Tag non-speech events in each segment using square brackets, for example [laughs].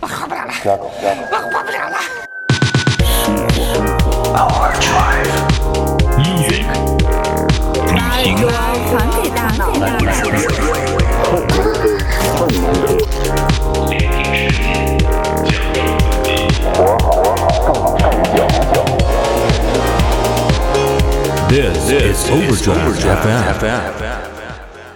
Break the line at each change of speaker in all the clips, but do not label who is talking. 我活不了了，
加狗，加狗。
我活不了了。
音乐旅行
传给大脑，
，This is Overdrive FM。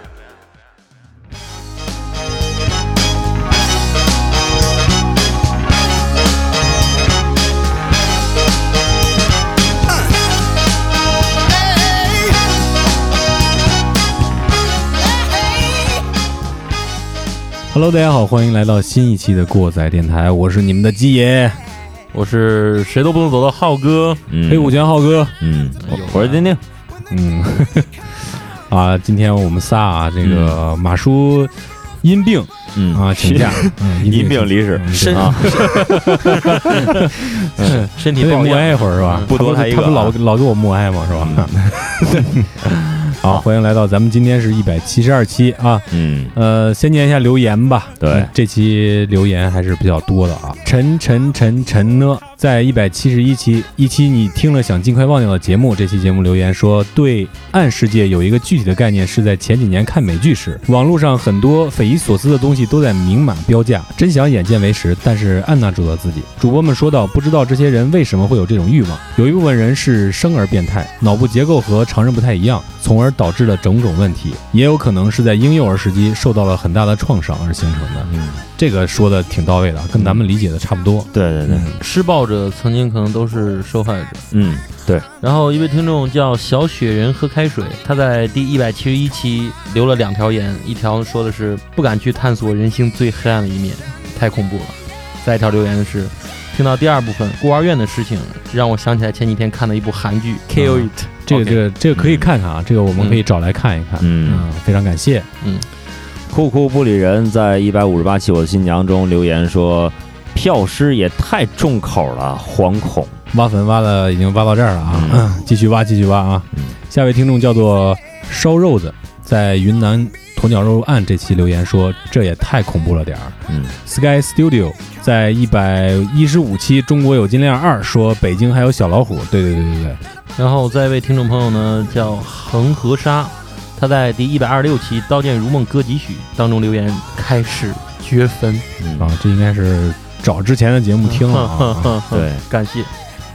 Hello，大家好，欢迎来到新一期的过载电台，我是你们的鸡爷，
我是谁都不能走的浩哥，
黑虎拳浩哥。
嗯，我我是丁丁，
嗯， [laughs] 啊，今天我们仨啊，这个马叔因病
嗯 [laughs]
啊请假，嗯
因病离世，
身
啊，身体
得
抱
默
恙，
哀一会儿是吧？
不多
他
他
不
一
是
个嗯
他不老
啊
老给我默哀嘛是吧？ [laughs] 好，欢迎来到咱们今天是一百七十二期啊，
嗯，
呃，先念一下留言吧。
对
嗯这期留言还是比较多的啊。陈陈陈陈呢，在一百七十一期一期你听了想尽快忘掉的节目，这期节目留言说，对暗世界有一个具体的概念，是在前几年看美剧时，网络上很多匪夷所思的东西都在明码标价，真想眼见为实，但是按捺住了自己。主播们说到，不知道这些人为什么会有这种欲望，有一部分人是生而变态，脑部结构和常人不太一样，从而导致了种种问题，也有可能是在婴幼儿时期受到了很大的创伤而形成的。
嗯，
这个说的挺到位的，跟咱们理解的差不多。
对对对，
施暴者曾经可能都是受害者。
嗯，对，
然后一位听众叫小雪人喝开水，他在第一百七十一期留了两条言，一条说的是不敢去探索人性最黑暗的一面，太恐怖了；再一条留言的是，听到第二部分孤儿院的事情，让我想起来前几天看的一部韩剧 E《Kill
[laughs]
It》。
E 这个这个这个可以看看啊，这个我们
嗯
可以找来看一看。
嗯，
非常感谢。
酷酷不理人在一百五十八期《我的新娘》中留言说，票师也太重口了，惶恐，
挖坟挖的已经挖到这儿了啊，继续挖，继续挖啊！
嗯
下位听众叫做烧肉子，在云南鸵鸟肉案这期留言说，这也太恐怖了点儿。
嗯
Sky Studio 在一百一十五期《中国有金链二》说北京还有小老虎，对对对对对，
然后再一位听众朋友呢叫恒河沙，他在第一百二十六期《刀剑如梦歌几曲》当中留言开始掘坟。
嗯，
啊，这应该是找之前的节目听了
[laughs]
啊。
[laughs]
啊
对。
感谢。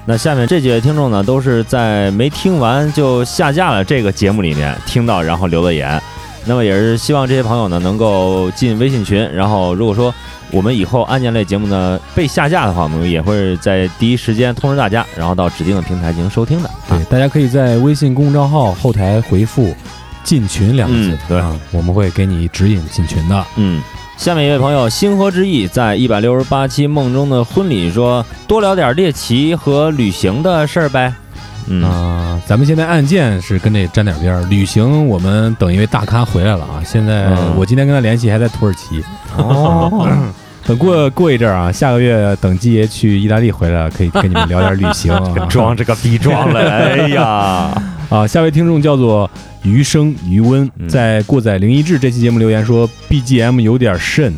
那下面这几位听众呢，都是在没听完就下架了这个节目里面听到，然后留的言。那么也是希望这些朋友呢能够进微信群，然后如果说我们以后案件类节目呢被下架的话，我们也会在第一时间通知大家，然后到指定的平台进行收听的。
对，大家可以在微信公众账号后台回复“进群”两个字
嗯，对
啊，我们会给你指引进群的。
嗯，下面一位朋友星河之翼在一百六十八期《梦中的婚礼》说，多聊点猎奇和旅行的事儿呗。 [laughs] 嗯，
啊、咱们现在案件是跟这沾点边儿。旅行，我们等一位大咖回来了啊！现在、
嗯
我今天跟他联系还在土耳其，
哦，。
[laughs] 等过过一阵儿啊，下个月等季爷去意大利回来，可以跟你们聊点旅行、啊
装 [laughs] 这个逼装了，哎呀。
啊，下位听众叫做余生余温，
嗯
在过载灵异志这期节目留言说 BGM 有点渗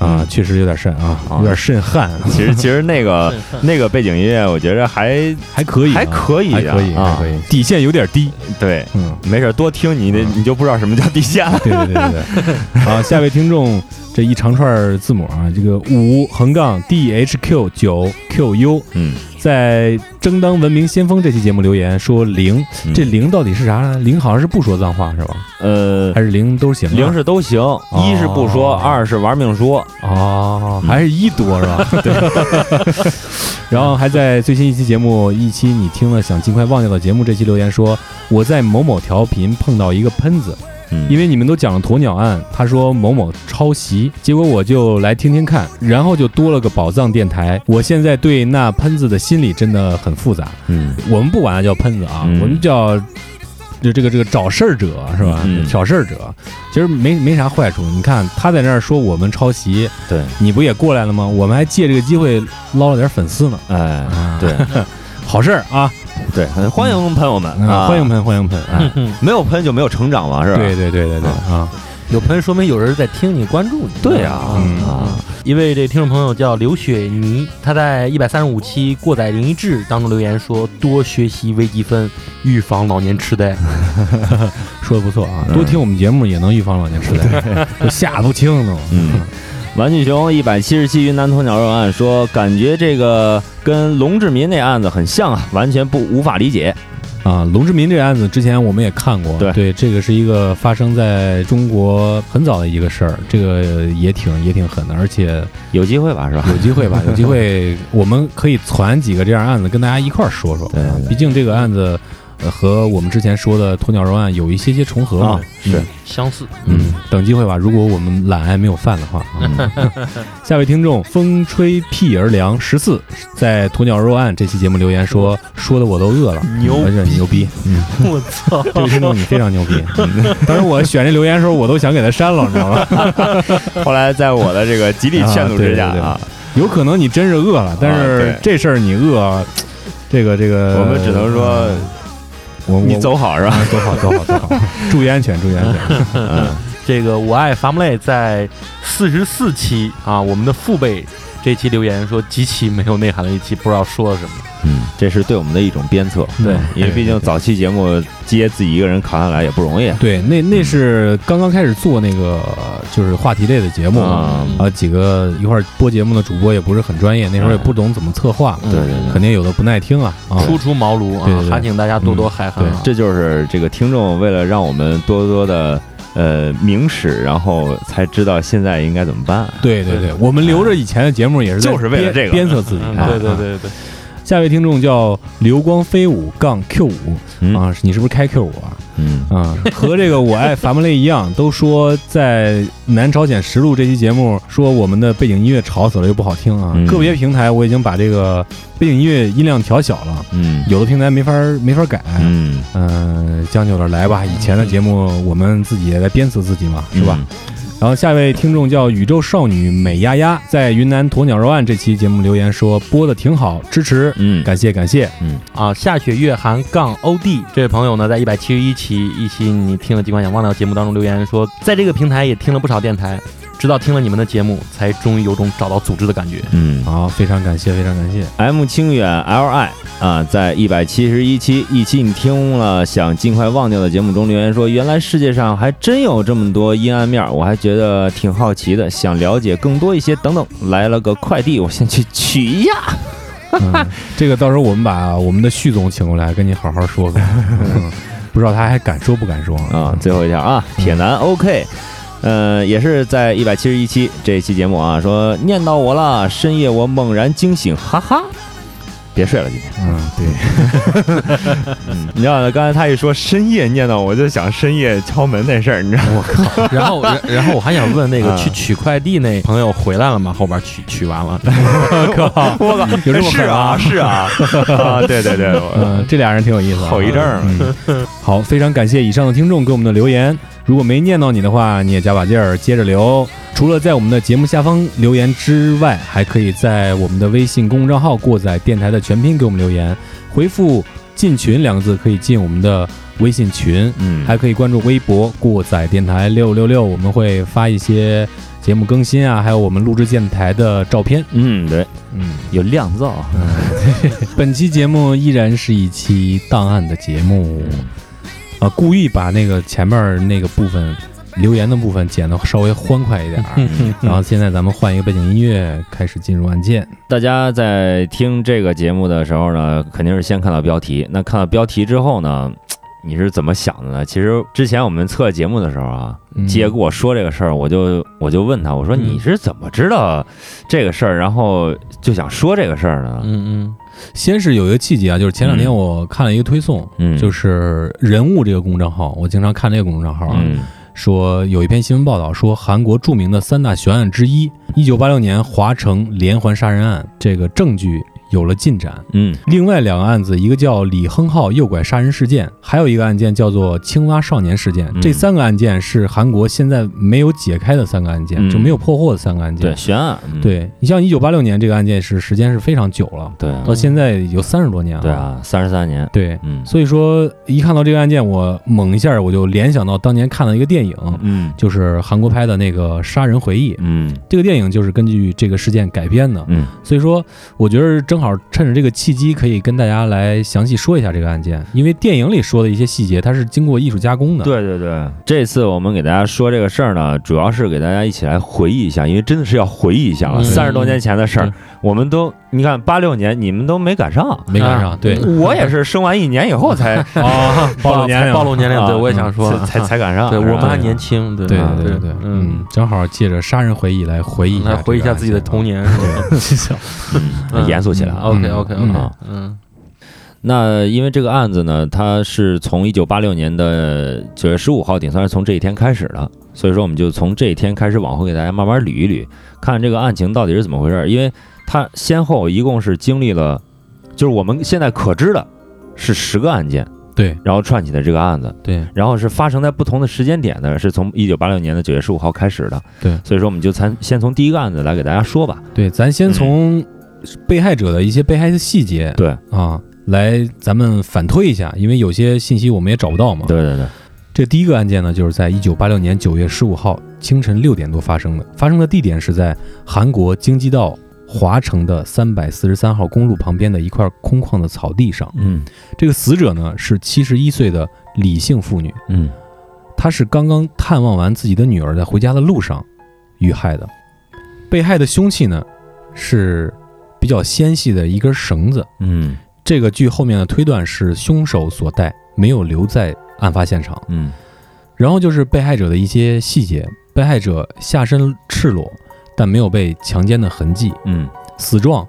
啊，确实有点渗啊，
嗯啊
有点渗汗，
[laughs] 其实其实那个 [laughs] 那个背景音乐，我觉着还
还可以啊、
还可以
还
啊
可以，还
啊哎
可以，底线有点低，
对，
嗯。
没事儿多听你的，你就不知道什么叫地下。
对对对对对。好，下位听众这一长串儿字母啊，这个五横杠 D H Q 九 Q U
[laughs] 嗯，
在《正当文明先锋》这期节目留言说零，
嗯
这零到底是啥呢？零好像是不说脏话是吧？
呃，
还是零都行啊？
零是都行，
啊
一是不说，二是玩命说。
[laughs]
哦，还是一多是 [laughs] 吧？对。然后还在最新一期节目，一期你听了想尽快忘掉的节目，这期留言说我在某某调频碰到一个喷子，
嗯
因为你们都讲了鸵鸟案，他说某某抄袭，结果我就来听听看，然后就多了个宝藏电台。我现在对那喷子的心理真的很复杂，
嗯
我们不管他叫喷子啊，
嗯
我们叫。就这个这个找事儿者是吧？
嗯
挑事儿者，其实没没啥坏处。你看他在那儿说我们抄袭，
对，
你不也过来了吗？我们还借这个机会捞了点粉丝呢，
哎，
啊
对
好事儿啊！
对，欢迎朋友们
啊，
啊，
欢迎喷，欢迎喷！哎，
没有喷就没有成长嘛，是吧？
对对对对对啊！
有朋友说明有人在听你，关注你。
对啊
嗯
啊！
一位这个听众朋友叫刘雪妮，她在一百三十五期《过载灵异志》当中留言说：“多学习微积分，预防老年痴呆。
说的不错啊，
嗯
多听我们节目也能预防老年痴 [laughs] 呆，都吓不轻都。
嗯，玩具熊一百七十七云南鸵鸟肉案说，感觉这个跟龙志民那案子很像啊，完全不无法理解。
啊，龙志民这个案子之前我们也看过，
对
这个是一个发生在中国很早的一个事儿，这个也挺也挺狠的，而且
有机会吧，是吧？
有机会吧，有机
[laughs]
会我们可以攒几个这样案子跟大家一块儿说说，啊
对对对
毕竟这个案子。呃，和我们之前说的鸵鸟肉案有一些些重合嘛
啊，是，”
[laughs] 相似，
嗯，等机会吧。如果我们懒癌没有犯的
[laughs]
话，嗯下位听众风吹屁儿凉十四在鸵鸟肉案这期节目留言说，
嗯
说的我都饿了，
牛
而且牛逼，
[laughs] 我操！
这位听众你非常牛
[laughs]
逼。当时我选这留言的时候，我都想给他删了，你知道
[laughs]
吗？
后来在我的这个极力劝阻之下啊，
有可能你真是饿了，但
啊
是
对
这事儿你饿，这个这个，嗯
我们只能说
我
你
我
走好是吧？
啊，走好走好走
[laughs]
好，注意安全，注意安全。
嗯，
这个我爱伐木累在四十四期啊，我们的父辈这期留言说极其没有内涵的一期，不知道说了什么。
嗯，这是对我们的一种鞭策。嗯
对
因为毕竟早期节目接自己一个人扛下来也不容易。
对，那那是刚刚开始做那个就是话题类的节目嘛。
啊，
啊，几个一块儿播节目的主播也不是很专业，那时候也不懂怎么策划，
嗯
对对
肯定有的不耐听啊啊！
初出茅庐
对对
啊，
对
还请大家多多海涵啊。
这就是这个听众为了让我们多多的呃明史，然后才知道现在应该怎么办。
对对对，我们留着以前的节目也是在
就是为
鞭
了这个
鞭策自己
嗯，
啊。
对对
啊
对对，
下一位听众叫流光飞舞杠 Q 五、
嗯
啊，你是不是开 Q 五啊？
嗯，
啊，和这个我爱伐木累一样，都说在南朝鲜实录这期节目说我们的背景音乐吵死了又不好听啊。
嗯
个别平台我已经把这个背景音乐音量调小了，
嗯
有的平台没法没法改。
嗯，
嗯，将就着来吧。以前的节目我们自己也在鞭策自己嘛，
嗯
是吧？然后下一位听众叫宇宙少女美丫丫，在云南鸵鸟肉案这期节目留言说播的挺好，支持，
嗯？嗯，
感谢感谢。
啊，夏雪月寒杠 OD 这位朋友呢，在一百七十一期一期你听了《尽管想忘了》节目当中留言说，在这个平台也听了不少电台，直到听了你们的节目，才终于有种找到组织的感觉。
嗯
好，非常感谢，非常感谢。
M 清远 LI 啊，在一百七十一期一期你听了想尽快忘掉的节目中留言说，原来世界上还真有这么多阴暗面儿，我还觉得挺好奇的，想了解更多一些等等。来了个快递，我先去取一下。
嗯，这个到时候我们把我们的旭总请过来，跟你好好说
[laughs]
说。嗯不知道他还敢说不敢说
啊，最后一条啊，铁男 OK。呃，也是在一百七十一期这一期节目啊，说念到我了，深夜我猛然惊醒，哈哈，别睡了今天。嗯
嗯，对，
你知道的，刚才他一说深夜念叨，我就想深夜敲门那事儿，你知道吗？
然后，然然后我还想问那个
啊
去取快递
[laughs]
那朋友回来了吗？后边取取完了，靠，
我靠，
有这么
是
狠
啊
吗
是 [laughs] 啊，啊对对对，我
嗯，这俩人挺有意思啊，
后遗症儿
嗯好，非常感谢以上的听众给我们的留言。如果没念到你的话，你也加把劲儿，接着留。除了在我们的节目下方留言之外，还可以在我们的微信公众号“过载电台”的全拼给我们留言，回复“进群”两个字可以进我们的微信群。
嗯
还可以关注微博“过载电台六六六”，我们会发一些节目更新啊，还有我们录制电台的照片。
嗯对，
嗯，
有酿造，啊
本期节目依然是一期档案的节目，啊，故意把那个前面那个部分留言的部分剪得稍微欢快一点儿。
[laughs]
然后现在咱们换一个背景音乐，开始进入案件。
大家在听这个节目的时候呢，肯定是先看到标题。那看到标题之后呢，你是怎么想的呢？其实之前我们测节目的时候啊，
嗯
杰跟我说这个事儿，我就我就问他，我说
嗯
你是怎么知道这个事儿，然后就想说这个事儿呢？
嗯
先是有一个契机啊，就是前两天
嗯
我看了一个推送，
嗯，
就是人物这个公众号，我经常看这个公众号啊。
嗯
说有一篇新闻报道说，韩国著名的三大悬案之一，一九八六年华城连环杀人案，这个证据有了进展。
嗯
另外两个案子，一个叫李亨浩诱拐杀人事件，还有一个案件叫做青蛙少年事件。
嗯
这三个案件是韩国现在没有解开的三个案件，
嗯
就没有破获的三个案件
对，。悬案，嗯
对你像一九八六年这个案件是时间是非常久了，
对啊
到现在有三十多年了。
对，啊，三十三年，
对，
嗯
呃所以说一看到这个案件，我猛一下我就联想到当年看了一个电影，
嗯
就是韩国拍的那个《杀人回忆》。
嗯
这个电影就是根据这个事件改编的，
嗯，
所以说我觉得正好趁着这个契机，可以跟大家来详细说一下这个案件，因为电影里说的一些细节，它是经过艺术加工的。，
对对对，这次我们给大家说这个事儿呢，主要是给大家一起来回忆一下，因为真的是要回忆一下了，
嗯
三十多年前的事儿
嗯，
我们都你看八六年你们都没赶上，
没赶
啊
上，对，
嗯
我也是 [laughs] 生完一年以后
[laughs]
才
啊，
哦暴露年
[laughs]
龄，暴露年龄，对我也想说
啊才，才才赶上，
对我
是吧
们还年轻，对
对
啊
对对对，嗯，正好借着杀人回忆来回忆一下，
来回忆一下自己的童
年。
年，是吧？
嗯严肃起来啊。
OK OK
嗯
OK，嗯
那因为这个案子呢，它是从一九八六年的九月十五号顶，算是从这一天开始的，所以说我们就从这一天开始往后给大家慢慢捋一捋，看这个案情到底是怎么回事儿。因为它先后一共是经历了，就是我们现在可知的是十个案件，
对
然后串起的这个案子，
对，
嗯
然后是发生在不同的时间点的，是从一九八六年的九月十五号开始的。
对
所以说我们就才先从第一个案子来给大家说吧。
对，咱先从被害者的一些被害的细节，
对
啊，来咱们反推一下，因为有些信息我们也找不到嘛。
对对对，
这第一个案件呢，就是在一九八六年九月十五号清晨六点多发生的，发生的地点是在韩国京畿道华城的三百四十三号公路旁边的一块空旷的草地上。
嗯
这个死者呢是七十一岁的李姓妇女，
嗯
她是刚刚探望完自己的女儿，在回家的路上遇害的。被害的凶器呢是比较纤细的一根绳子，
嗯
这个据后面的推断是凶手所带，没有留在案发现场。
嗯
然后就是被害者的一些细节，被害者下身赤裸，但没有被强奸的痕迹，
嗯
死状，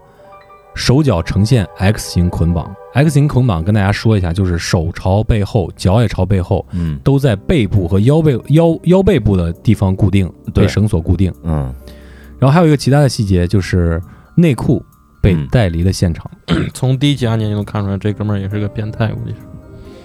手脚呈现 X 型捆绑。X 型捆绑跟大家说一下，就是手朝背后，脚也朝背后，
嗯
都在背部和腰背腰腰背部的地方固定，
对
被绳索固定。
嗯，
然后还有一个其他的细节，就是内裤被
嗯
带离了现场，
从第一集案件就能看出来，这哥们儿也是个变态，估计是。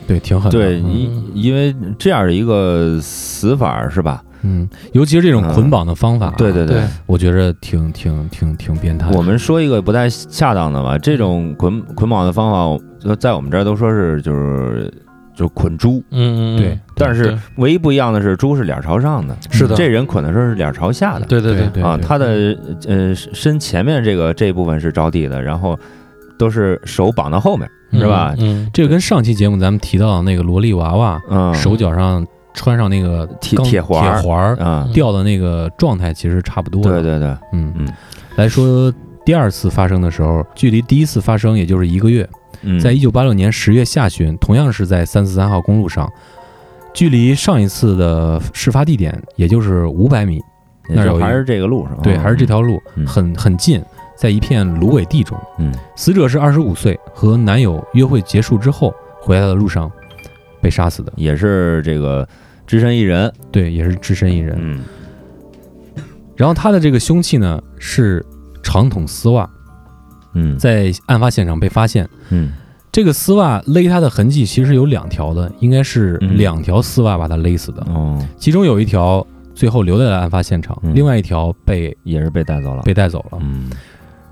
对，挺狠的。
对，
嗯
因因为这样的一个死法儿是吧？
嗯，尤其是这种捆绑的方法、啊
对，对，
我觉着挺挺挺挺变态的。
我们说一个不太恰当的吧，这种捆捆绑的方法，呃在我们这儿都说是就是就是捆猪，
嗯嗯，嗯
对，
但是
对
唯一不一样的是猪是脸朝上的，
是的，
这人捆的时候是脸朝下的。
对对
对
对，
对
啊，
对
他的呃身前面这个这一部分是着地的，然后都是手绑到后面，
嗯
是吧
嗯，
这个跟上期节目咱们提到的那个萝莉娃娃，
嗯，
手脚上穿上那个
铁
钢铁
铁环
儿
儿啊，
掉的那个状态其实差不多的。
对对对，
嗯
嗯。
来说第二次发生的时候，距离第一次发生也就是一个月，
嗯，
在一九八六年十月下旬，同样是在三四三号公路上，距离上一次的事发地点也就是五百米，那儿有
就
一
还是这个路上，
对，
嗯
还是这，条路，
嗯
很很近，在一片芦苇地中。
嗯
死者是二十五岁，和男友约会结束之后回来的路上被杀死的。
也是这个只身一人，
对，也是只身一人。
嗯
然后他的这个凶器呢是长筒丝袜，
嗯
在案发现场被发现。
嗯
这个丝袜勒他的痕迹其实有两条的，应该是
嗯
两条丝袜把他勒死的，
哦，
其中有一条最后留在了案发现场，
嗯
另外一条被
也是被带走了，
被带走了。
嗯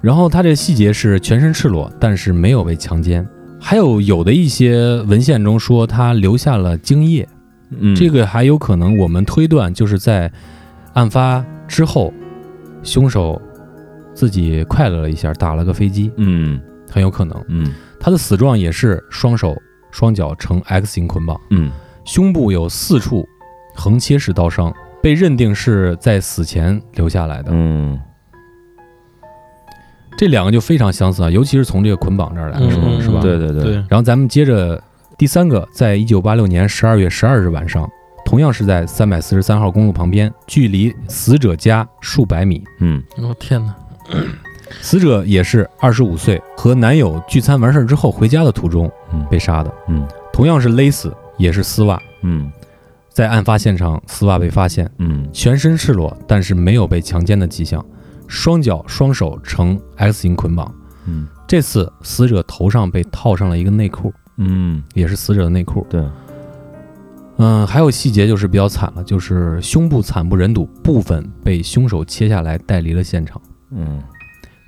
然后他这细节是全身赤裸，但是没有被强奸。还有有的一些文献中说他留下了精液，
嗯
这个还有可能我们推断就是在案发之后，凶手自己快乐了一下，打了个飞机，
嗯
很有可能。
嗯
他的死状也是双手双脚呈 X 型捆绑，
嗯
胸部有四处横切式刀伤，被认定是在死前留下来的。
嗯
这两个就非常相似啊，尤其是从这个捆绑这儿来说，
嗯
是吧？
对对对，
对，
然后咱们接着第三个，在一九八六年十二月十二日晚上，同样是在三百四十三号公路旁边，距离死者家数百米。
嗯
我哦天哪，
死者也是二十五岁，和男友聚餐完事儿之后回家的途中
嗯
被杀的。
嗯
同样是勒死，也是丝袜，
嗯
在案发现场丝袜被发现，
嗯
全身赤裸，但是没有被强奸的迹象，双脚双手呈 X 型捆绑，
嗯
这次死者头上被套上了一个内裤，
嗯，
也是死者的内裤。
对，
嗯，还有细节就是比较惨了，就是胸部惨不忍睹，部分被凶手切下来带离了现场。
嗯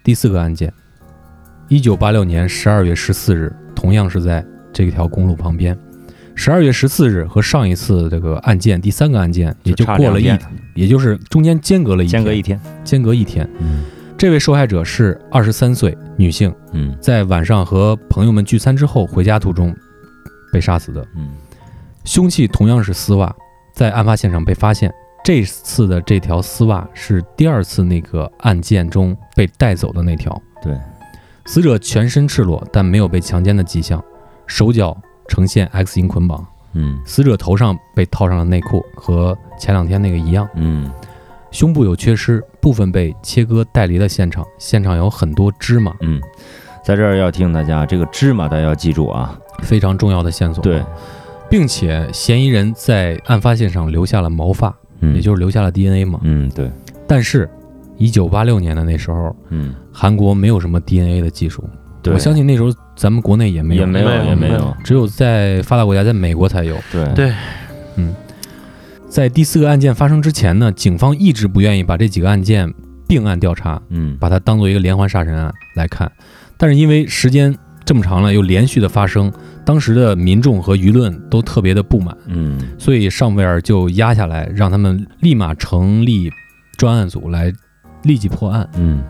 第四个案件，一九八六年十二月十四日，同样是在这条公路旁边。十二月十四日和上一次这个案件第三个案件也就
差
过了一
两，
也就是中间间隔了一
天间隔
天
一天，
间隔一天。
嗯
这位受害者是二十三岁女性，
嗯
在晚上和朋友们聚餐之后回家途中被杀死的。
嗯
凶器同样是丝袜，在案发现场被发现。这次的这条丝袜是第二次那个案件中被带走的那条。
对，
死者全身赤裸，但没有被强奸的迹象，手脚呈现 X 型捆绑。
嗯
死者头上被套上了内裤，和前两天那个一样。
嗯
胸部有缺失，部分被切割带离了现场，现场有很多芝麻，
嗯，在这儿要提醒大家，这个芝麻大家要记住啊，
非常重要的线索。
对，，
并且嫌疑人在案发现场留下了毛发，
嗯
也就是留下了 DNA 嘛。
嗯对，
但是，一九八六年的那时候，
嗯
韩国没有什么 DNA 的技术，
对，
我相信那时候咱们国内也没有，
也没有
没有
也没
没有
有，
只有在发达国家，在美国才有。
对
对
在第四个案件发生之前呢，警方一直不愿意把这几个案件并案调查，
嗯
把它当做一个连环杀人案来看。但是因为时间这么长了，又连续的发生，当时的民众和舆论都特别的不满，
嗯
所以上威尔就压下来，让他们立马成立专案组来立即破案。
嗯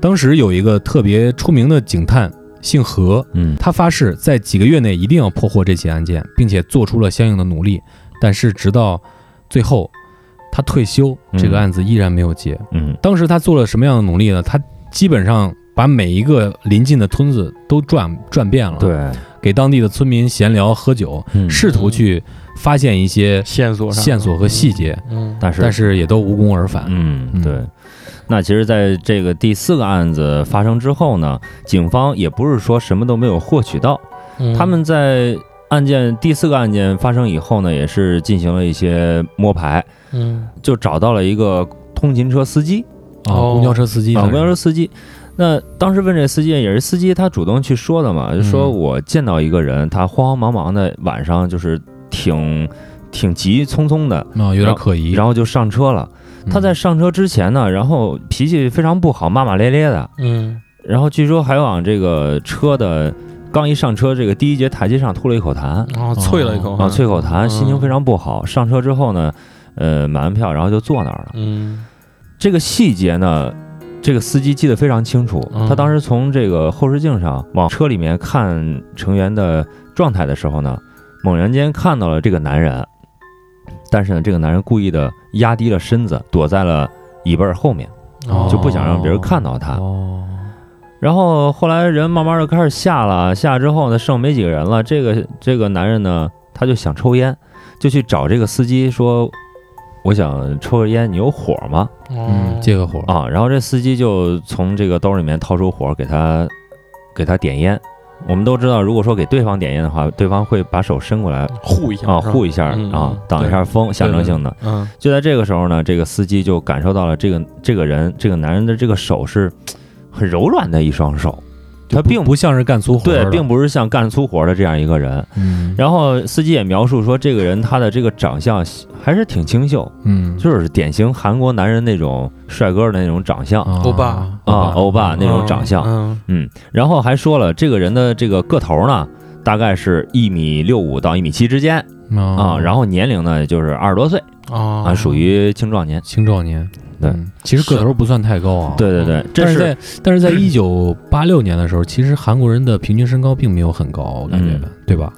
当时有一个特别出名的警探，姓何，
嗯
他发誓在几个月内一定要破获这起案件，并且做出了相应的努力。但是直到最后，他退休，
嗯
这个案子依然没有结。
嗯
当时他做了什么样的努力呢？他基本上把每一个邻近的村子都转转遍了，，
对，
给当地的村民闲聊喝酒，
嗯
试图去发现一些
线索上
线索和细节，
嗯，
但是
但是也都无功而返。
嗯，
嗯
对。那其实，在这个第四个案子发生之后呢，警方也不是说什么都没有获取到，
嗯
他们在案件第四个案件发生以后呢，也是进行了一些摸排，
嗯
就找到了一个通勤车司机，
哦，
哦
公交车司机，
啊，公交车司机。那当时问这司机，也是司机他主动去说的嘛，就说
嗯
我见到一个人，他慌慌忙忙的，晚上就是挺挺急匆匆的，
啊，有点可疑。
然后就上车了。
嗯
他在上车之前呢，然后脾气非常不好，骂骂咧咧的。
嗯
然后据说还往这个车的刚一上车，这个第一节台阶上吐了一口痰，
然后啐哦了一口
啊，啐口痰，
嗯
心情非常不好。上车之后呢，呃，买完票然后就坐那儿了。
嗯
这个细节呢，这个司机记得非常清楚。
嗯
他当时从这个后视镜上往车里面看成员的状态的时候呢，猛然间看到了这个男人，但是呢，这个男人故意的压低了身子，躲在了椅背儿后面，
哦
就不想让别人看到他。
哦，
然后后来人慢慢的开始下了，下之后呢，剩没几个人了。这个这个男人呢，他就想抽烟，就去找这个司机说：“我想抽根烟，你有火吗
哦
嗯，借个火？”啊，
啊，然后这司机就从这个兜里面掏出火，给他给他点烟。我们都知道，如果说给对方点烟的话，对方会把手伸过来
护一下
啊，护一下
嗯
啊
嗯，
挡一下风，象征性的。
嗯
就在这个时候呢，这个司机就感受到了这个这个人这个男人的这个手是很柔软的一双手，他
不
并
不像是干粗活
对
的，
并不是像干粗活的这样一个人。
嗯，
然后司机也描述说，这个人他的这个长相还是挺清秀，
嗯，
就是典型韩国男人那种帅哥的那种长相
啊
欧巴
啊，欧巴那种长相。
嗯
嗯，然后还说了，这个人的这个个头呢，大概是一米六五到一米七之间
嗯
啊，然后年龄呢也就是二十多岁
啊
啊，属于青壮年。
青壮年，
对
嗯，其实个头不算太高啊，，
对对对，这
但是在但是在一九八六年的时候，其实韩国人的平均身高并没有很高，我感觉
嗯
对吧？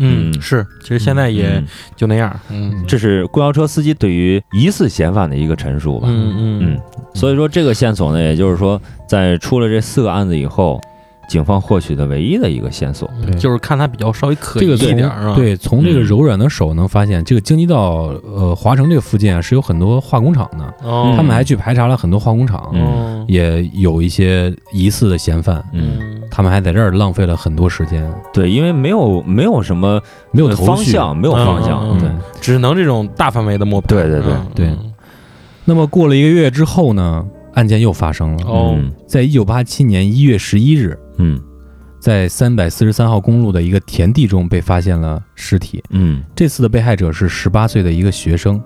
嗯
嗯
是，其实现在也
嗯
就那样嗯
这是公交车司机对于疑似嫌犯的一个陈述吧。
嗯
嗯，所以说这个线索呢，也就是说，在出了这四个案子以后，警方获取的唯一的一个线索。
对
嗯，就是看他比较稍微可
这
疑
个
一点儿
从
啊，
对从
嗯
这个柔软的手能发现，这个京畿道呃华城这个附近啊是有很多化工厂的，
哦，
他们还去排查了很多化工厂，
嗯
哦
也有一些疑似的嫌犯，
嗯，
他们还在这儿浪费了很多时间，
对，因为没有没有什么
没有
呃
头绪
方向，没有方向。
嗯嗯嗯
嗯
只能这种大范围的摸排
对对对
嗯
对那么过了一个月之后呢，案件又发生了。
哦
嗯
在一九八七年一月十一日，
嗯
在三百四十三号公路的一个田地中被发现了尸体。
嗯
这次的被害者是十八岁的一个学生，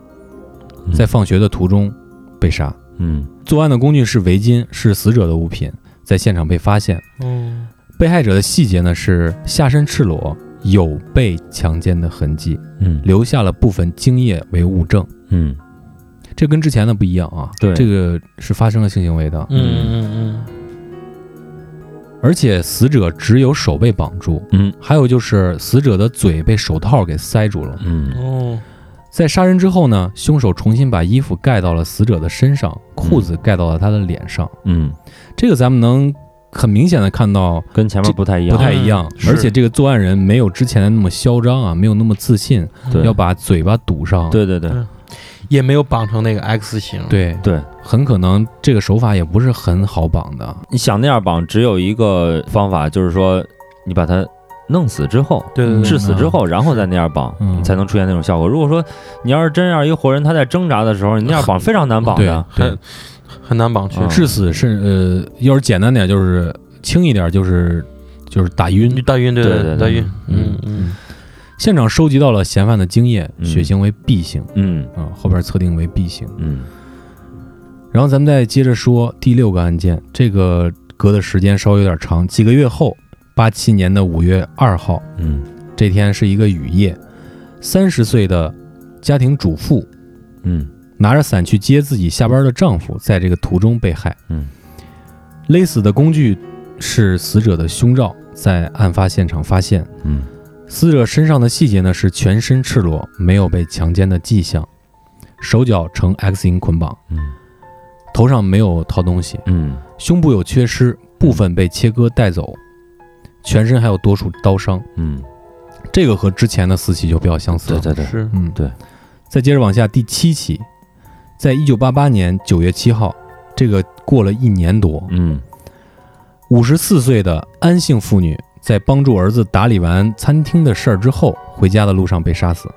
嗯
在放学的途中被杀。
嗯
作案的工具是围巾，是死者的物品，在现场被发现。
哦，
被害者的细节呢是下身赤裸，有被强奸的痕迹，
嗯
留下了部分精液为物证。
嗯
这跟之前的不一样啊，
对
这个是发生了性行为的，
嗯嗯
而且死者只有手被绑住，
嗯
还有就是死者的嘴被手套给塞住了。
嗯，
嗯
哦，
在杀人之后呢，凶手重新把衣服盖到了死者的身上，裤子盖到了他的脸上。
嗯，
这个咱们能很明显的看到
跟前面不太一
不
样，
太一样，
嗯
而且这个作案人没有之前的那么嚣张啊，没有那么自信，
对
要把嘴巴堵上。
对对对
也没有绑成那个 X 型，，
对，
对，
很可能这个手法也不是很好绑的。
你想那样绑，只有一个方法，就是说你把它弄死之后，
对对对嗯
致死之后，然后再那样绑，
嗯
你才能出现那种效果。如果说你要是真要一个活人，他在挣扎的时候，你那样
[laughs]
绑非常难绑
对
的。
对
很，很难绑去
嗯，
致死是呃，要是简单点就是轻一点就是就是打
你
晕。
大晕对
对对对
大晕，
嗯
嗯嗯，
现场收集到了嫌犯的精液，
嗯
血型为 B 型
嗯
啊、后边测定为 B 型。
嗯
然后咱们再接着说第六个案件，这个隔的时间稍微有点长，几个月后，八七年的五月二号，
嗯
这天是一个雨夜，三十岁的家庭主妇
嗯
拿着伞去接自己下班的丈夫，在这个途中被害。
嗯，
勒死的工具是死者的胸罩，在案发现场发现。
嗯
死者身上的细节呢是全身赤裸，没有被强奸的迹象，手脚呈 X 型捆绑，
嗯
头上没有掏东西，
嗯
胸部有缺失，部分被切割带走，全身还有多处刀伤。
嗯，
这个和之前的四起就比较相似
对
了。
对对，
是，
嗯，
对。
再接着往下，第七起，在一九八八年九月七号，这个过了一年多，
嗯
五十四岁的安姓妇女在帮助儿子打理完餐厅的事儿之后，回家的路上被杀死。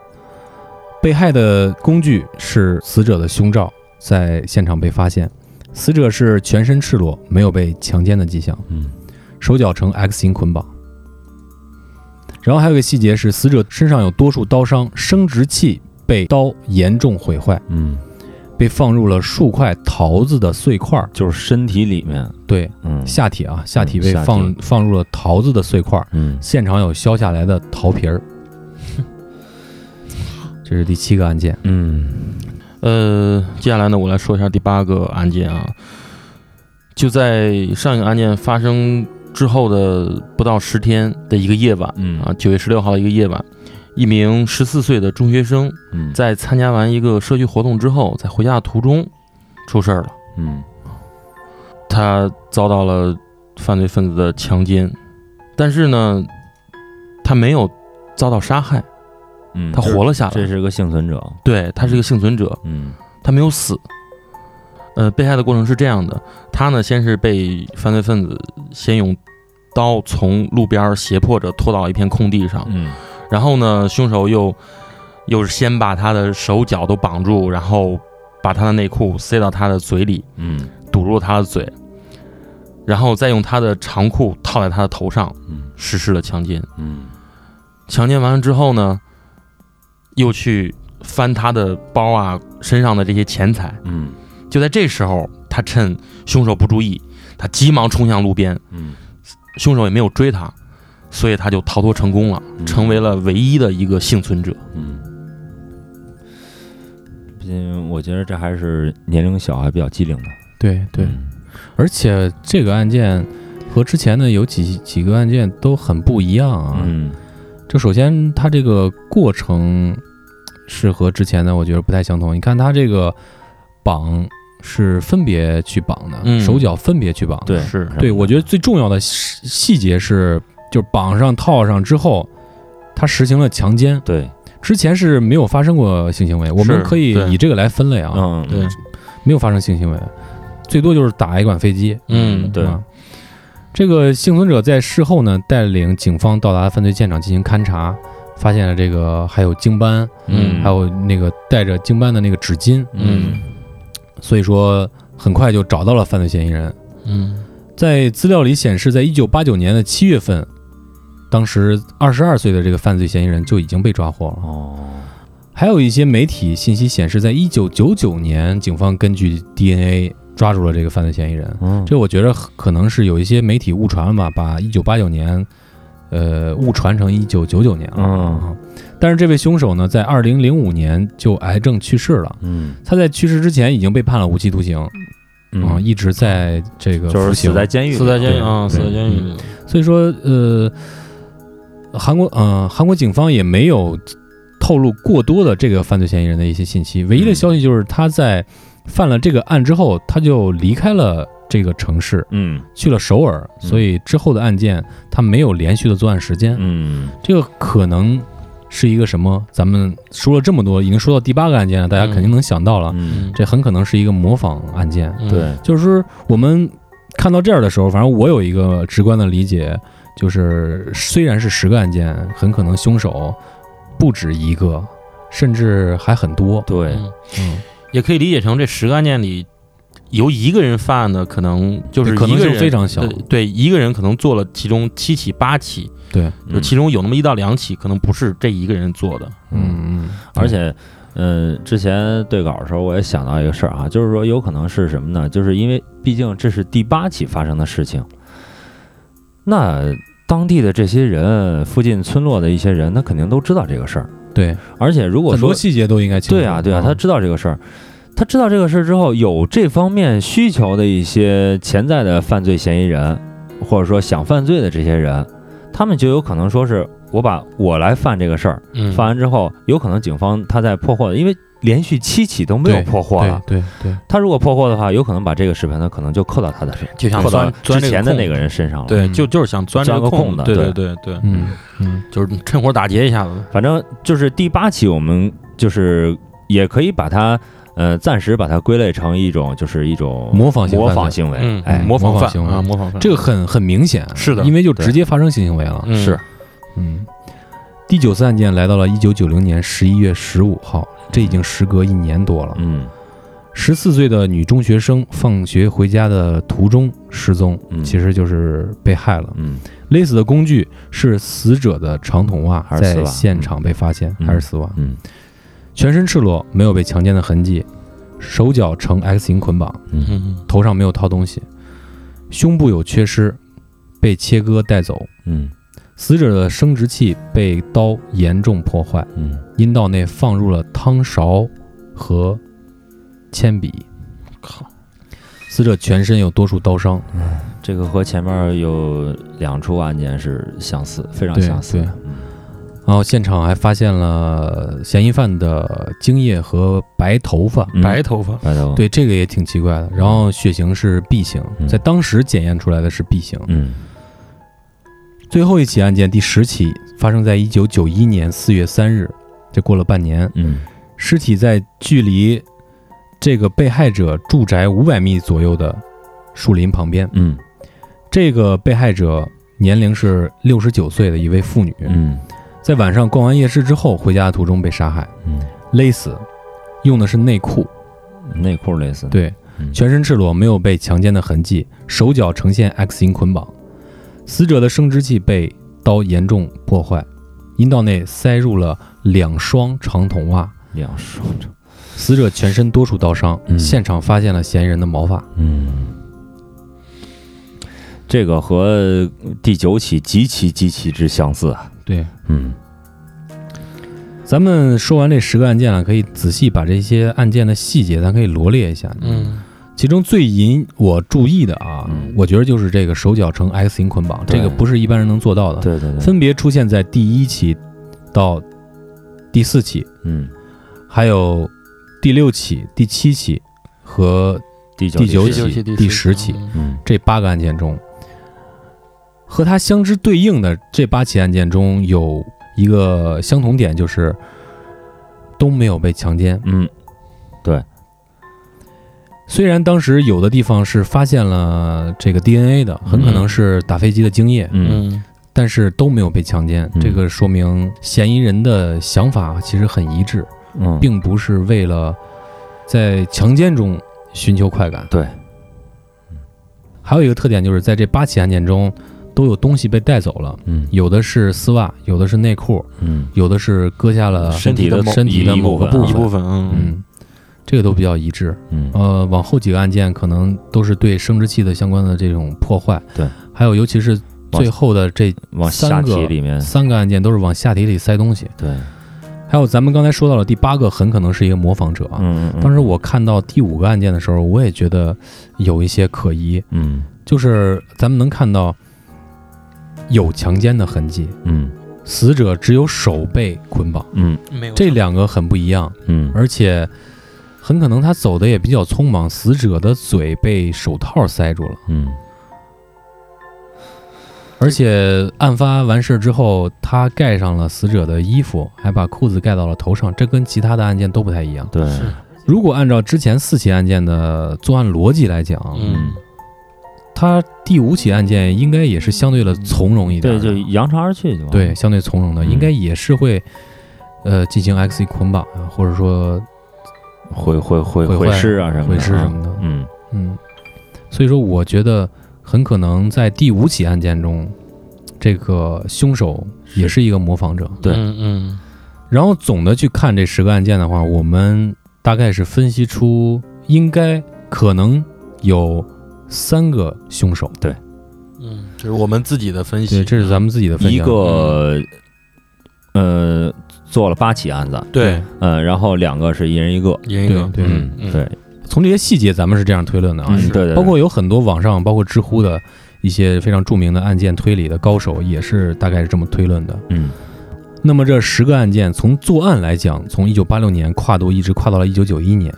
被害的工具是死者的胸罩，在现场被发现。死者是全身赤裸，没有被强奸的迹象，
嗯
手脚呈 X 型捆绑。然后还有一个细节是，死者身上有多处刀伤，生殖器被刀严重毁坏，
嗯，
被放入了数块桃子的碎块儿。
就是身体里面，
对，
嗯
下体啊，下体被
下体
放放入了桃子的碎块儿，
嗯
现场有削下来的桃皮儿。这是第七个案件，
嗯
呃，接下来呢，我来说一下第八个案件啊，就在上一个案件发生之后的不到十天的一个夜晚
嗯
啊，九月十六号的一个夜晚，一名十四岁的中学生
嗯
在参加完一个社区活动之后，在回家的途中出事儿了，
嗯
他遭到了犯罪分子的强奸，但是呢，他没有遭到杀害，
嗯，
他活了下
这
来。
是个幸存者，
对他是一个幸存者，
嗯
他没有死。呃，被害的过程是这样的，他呢先是被犯罪分子先用刀从路边儿胁迫着拖到一片空地上，
嗯
然后呢，凶手又又是先把他的手脚都绑住，然后把他的内裤塞到他的嘴里，
嗯
堵住了他的嘴，然后再用他的长裤套在他的头上，
嗯
实施了强奸。
嗯
强奸完了之后呢，又去翻他的包啊、身上的这些钱财。
嗯
就在这时候，他趁凶手不注意，他急忙冲向路边，
嗯，
凶手也没有追他，所以他就逃脱成功了，
嗯
成为了唯一的一个幸存者。
嗯，毕竟我觉得这还是年龄小还比较机灵的。嗯
对对，嗯而且这个案件和之前的有几几个案件都很不一样啊。
嗯
这首先它这个过程是和之前的我觉得不太相同。你看它这个绑是分别去绑的，
嗯
手脚分别去绑的，
对
是
对，我觉得最重要的细细节是，就是绑上套上之后，他实行了强奸，
对，
之前是没有发生过性行为，我们
是
可以
对
以这个来分类啊，
嗯
对，
没有发生性行为，最多就是打一管飞机，
嗯，
对
啊这个幸存者在事后呢，带领警方到达犯罪现场进行勘查，发现了这个还有经斑，
嗯
还有那个带着经斑的那个纸巾，
嗯
所以说很快就找到了犯罪嫌疑人。
嗯
在资料里显示，在一九八九年的七月份，当时二十二岁的这个犯罪嫌疑人就已经被抓获了。
哦，
还有一些媒体信息显示，在一九九九年，警方根据 DNA 抓住了这个犯罪嫌疑人。
嗯，
这我觉得可能是有一些媒体误传了吧，把一九八九年，呃，误传成一九九九年了。
嗯
但是这位凶手呢，在二零零五年就癌症去世了。
嗯
他在去世之前已经被判了无期徒刑，啊、
嗯，
一直在这个
就是
服刑
死在监狱里，
死在监狱
对
啊，死在
对
监狱里。
所以说，呃，韩国，呃，韩国警方也没有透露过多的这个犯罪嫌疑人的一些信息。唯一的消息就是他在犯了这个案之后，他就离开了这个城市，
嗯
去了首尔，所以之后的案件他没有连续的作案时间。
嗯，
这个可能是一个什么？咱们说了这么多，已经说到第八个案件了，大家肯定能想到了，
嗯，
嗯，
这很可能是一个模仿案件。
嗯，
对，
就是我们看到这儿的时候，反正我有一个直观的理解，就是虽然是十个案件，很可能凶手不止一个，甚至还很多。
对，
嗯
嗯，
也可以理解成这十个案件里，由一个人犯案的可能就是
可能
一个
性
人
非常小
对对，一个人可能做了其中七起八起，
对，
就其中有那么一到两起可能不是这一个人做的。
嗯，
嗯嗯，
而且。嗯，之前对稿的时候，我也想到一个事儿啊，就是说有可能是什么呢？就是因为毕竟这是第八起发生的事情，那当地的这些人、附近村落的一些人，他肯定都知道这个事儿。
对，
而且如果
很
说
多细节都应该清楚。嗯
对啊，对啊，他知道这个事儿，他知道这个事儿之后，有这方面需求的一些潜在的犯罪嫌疑人，或者说想犯罪的这些人，他们就有可能说是我把我来犯这个事儿，
嗯
犯完之后，有可能警方他在破获的，因为连续七起都没有
对
破获了，
对对对
他如果破获的话，有可能把这个视频呢，可能就扣到他的身，
就想
扣到
钻钻
之
这
前的
空
那个人身上了。
对，
嗯
就就是想钻这
钻个
空
空子
对
对
对对，
嗯嗯，
就是趁火打劫一下子。
反正就是第八期，我们就是也可以把它，呃，暂时把它归类成一种，就是一种
模仿性
模
犯
仿
罪
行为。
嗯，
哎，
模仿
模仿
犯
行为
啊，模仿犯
这个很很明显，啊
是的
因为就
对
直接发生性行为了。
嗯
是，
嗯，第九次案件来到了一九九零年十一月十五号，这已经时隔一年多了。
嗯
十四岁的女中学生放学回家的途中失踪，
嗯
其实就是被害了。
嗯
勒死的工具是死者的长筒袜，
还是丝袜
在现场被发现，
嗯
还是丝袜？
嗯
全身赤裸，没有被强奸的痕迹，手脚呈 X 型捆绑，
嗯
嗯
头上没有套东西，胸部有缺失，被切割带走。
嗯
死者的生殖器被刀严重破坏，
嗯，
阴道内放入了汤勺和铅笔。
靠，
死者全身有多处刀伤，
这个和前面有两处案件是相似，非常
对
相似
对
的。嗯
然后现场还发现了嫌疑犯的精液和白头发，
嗯
白头发，
白头，
对这个也挺奇怪的。然后血型是 B 型，
嗯
在当时检验出来的是 B 型。
嗯
最后一起案件第十起发生在一九九一年四月三日，这过了半年，
嗯
尸体在距离这个被害者住宅五百米左右的树林旁边。
嗯
这个被害者年龄是六十九岁的一位妇女，
嗯
在晚上逛完夜市之后回家的途中被杀害，
嗯，
勒死，用的是内裤，
内裤类似，
对，
嗯，
全身赤裸，没有被强奸的痕迹，手脚呈现 X 型捆绑，死者的生殖器被刀严重破坏，阴道内塞入了两双长筒袜，
两手，
死者全身多处刀伤，
嗯
现场发现了嫌疑人的毛发，
嗯。这个和第九起极其极其之相似啊，
对。
嗯
咱们说完这十个案件了，可以仔细把这些案件的细节，咱可以罗列一下。，
嗯，
其中最引我注意的啊，
嗯
我觉得就是这个手脚呈 X 型捆绑，
对
这个不是一般人能做到，的。
对对对，
分别出现在第一起到第四起，
嗯，
还有第六起、第七起和
第九
第九
第
起
十
起
第十起
嗯
这八个案件中，和它相之对应的这八起案件中有一个相同点，就是都没有被强奸。
嗯
虽然当时有的地方是发现了这个 DNA 的，很可能是打飞机的精液，
嗯
嗯
但是都没有被强奸。
嗯
这个说明嫌疑人的想法其实很一致，
嗯，
并不是为了在强奸中寻求快感。
对
嗯，还有一个特点就是在这八起案件中，都有东西被带走了，
嗯
有的是丝袜，有的是内裤，
嗯，
有的是割下了
身体的某
身体的
一
某个
部分
一部分，嗯，
嗯，这个都比较一致。
嗯
呃，往后几个案件可能都是对生殖器的相关的这种破坏。
对，
还有尤其是最后的这
往下
三个
体里面，
三个案件都是往下体里塞东西。
对，
还有咱们刚才说到了第八个，很可能是一个模仿者啊。
嗯嗯，
当时我看到第五个案件的时候，我也觉得有一些可疑，
嗯
就是咱们能看到有强奸的痕迹，
嗯
死者只有手被捆绑，
嗯
没有
这两个很不一样，
嗯
而且很可能他走的也比较匆忙，死者的嘴被手套塞住了，
嗯
而且案发完事之后，他盖上了死者的衣服，还把裤子盖到了头上，这跟其他的案件都不太一样。
对，
是
如果按照之前四起案件的作案逻辑来讲，
嗯
他第五起案件应该也是相对的从容一点
对，
的，
就扬长而去就完了
对，相对从容的，
嗯
应该也是会呃进行 X 捆绑啊，或者说
毁毁毁
毁
毁
坏
尸啊什么的啊，
毁尸什么的，
嗯
嗯，所以说我觉得很可能在第五起案件中，这个凶手也是一个模仿者。
对
嗯嗯，
然后总的去看这十个案件的话，我们大概是分析出应该可能有三个凶手。
嗯，这是我们自己的分析，
对，这是咱们自己的分析
一
啊。
个呃做了八起案子，
对，
嗯，然后两个是一人一个，
一人一个，
对对
嗯嗯
对，
从这些细节，咱们是这样推论的啊，
嗯
对
是
对，对
包括有很多网上，包括知乎的一些非常著名的案件推理的高手，也是大概是这么推论的。
嗯
那么这十个案件，从作案来讲，从一九八六年跨度一直跨到了一九九一年；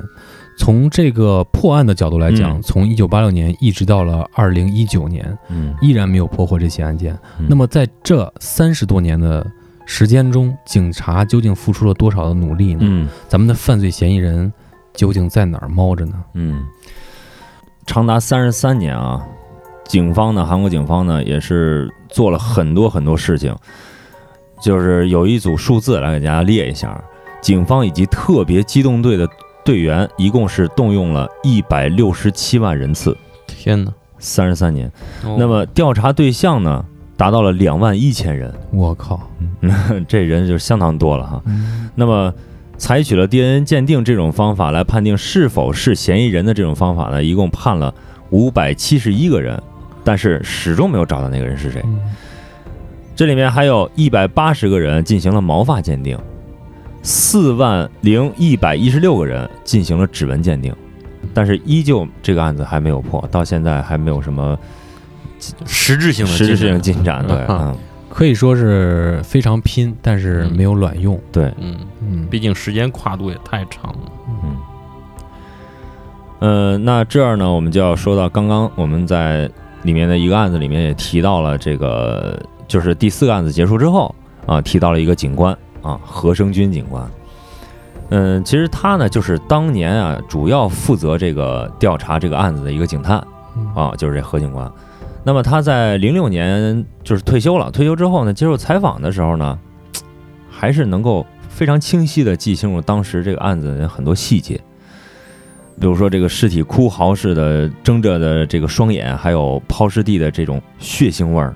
从这个破案的角度来讲，
嗯
从一九八六年一直到了二零一九年，
嗯，
依然没有破获这起案件。
嗯
那么在这三十多年的时间中，警察究竟付出了多少的努力呢？
嗯
咱们的犯罪嫌疑人究竟在哪儿猫着呢？
嗯，长达三十三年啊，警方呢，韩国警方呢，也是做了很多很多事情，就是有一组数字来给大家列一下，警方以及特别机动队的队员一共是动用了一百六十七万人次，
天哪，
三十三年。
哦
那么调查对象呢，达到了两万一千人，
我靠！
这人就相当多了哈。那么，采取了 DNA 鉴定这种方法来判定是否是嫌疑人的这种方法呢，一共判了五百七十一个人，但是始终没有找到那个人是谁。
嗯
这里面还有一百八十个人进行了毛发鉴定，四万零一百一十六个人进行了指纹鉴定，但是依旧这个案子还没有破，到现在还没有什么
实质性的
实质性
进
进展。对，
啊
嗯，
可以说是非常拼，但是没有卵用。
对。
嗯，
嗯，
毕竟时间跨度也太长了，
嗯，呃，那这儿呢，我们就要说到刚刚我们在里面的一个案子里面也提到了这个，就是第四个案子结束之后啊，提到了一个警官啊，何生军警官。嗯，其实他呢，就是当年啊，主要负责这个调查这个案子的一个警探
嗯
啊，就是这何警官。那么他在零六年就是退休了，退休之后呢，接受采访的时候呢，还是能够非常清晰的记清楚当时这个案子的很多细节，比如说这个尸体哭嚎似的睁着的这个双眼，还有抛尸地的这种血腥味儿。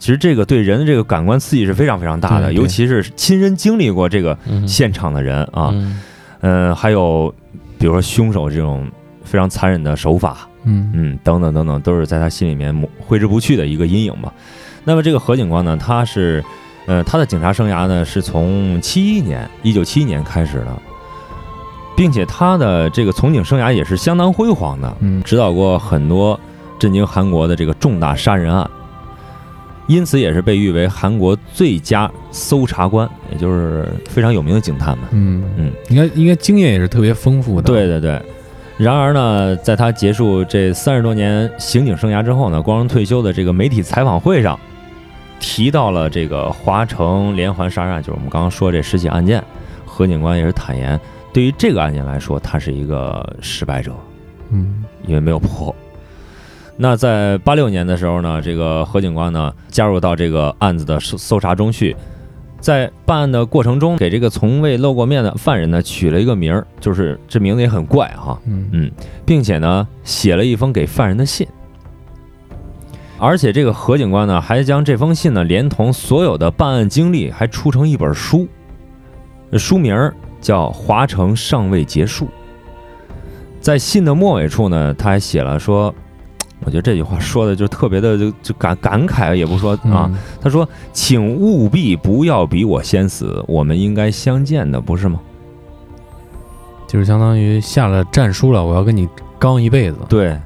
其实这个对人的这个感官刺激是非常非常大的，
对对
尤其是亲身经历过这个
嗯
现场的人啊，
嗯
嗯、还有比如说凶手这种非常残忍的手法，
嗯
嗯，等等等等，都是在他心里面抹挥之不去的一个阴影吧。那么这个何警官呢，他是，呃，他的警察生涯呢是从七一年，一九七一年开始的，并且他的这个从警生涯也是相当辉煌的，
嗯
指导过很多震惊韩国的这个重大杀人案，因此也是被誉为韩国最佳搜查官，也就是非常有名的警探嘛。
嗯
嗯，
应该应该经验也是特别丰富的。
对对对。然而呢，在他结束这三十多年刑警生涯之后呢，光荣退休的这个媒体采访会上，提到了这个华城连环杀人案，就是我们刚刚说这十起案件，何警官也是坦言，对于这个案件来说，他是一个失败者。
嗯，
因为没有破。那在八六年的时候呢，这个何警官呢加入到这个案子的搜搜查中去，在办案的过程中，给这个从未露过面的犯人呢取了一个名儿，就是这名字也很怪哈，
嗯
嗯，并且呢写了一封给犯人的信，而且这个何警官呢还将这封信呢连同所有的办案经历还出成一本书，书名儿叫《华城尚未结束》。在信的末尾处呢，他还写了说，我觉得这句话说的就特别的就就感感慨也不说啊，
嗯
他说：“请务必不要比我先死，我们应该相见的，不是吗
就是相当于下了战书了，我要跟你刚一辈子？”。
对，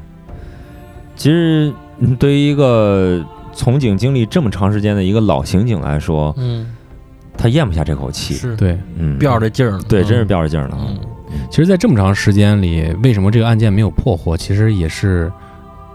其实嗯对于一个从警经历这么长时间的一个老刑警来说，
嗯，
他咽不下这口气，
是
对，
嗯，
吊着劲儿呢，
对，真是
嗯
吊着劲儿呢。
嗯，
其实，在这么长时间里，为什么这个案件没有破获？其实也是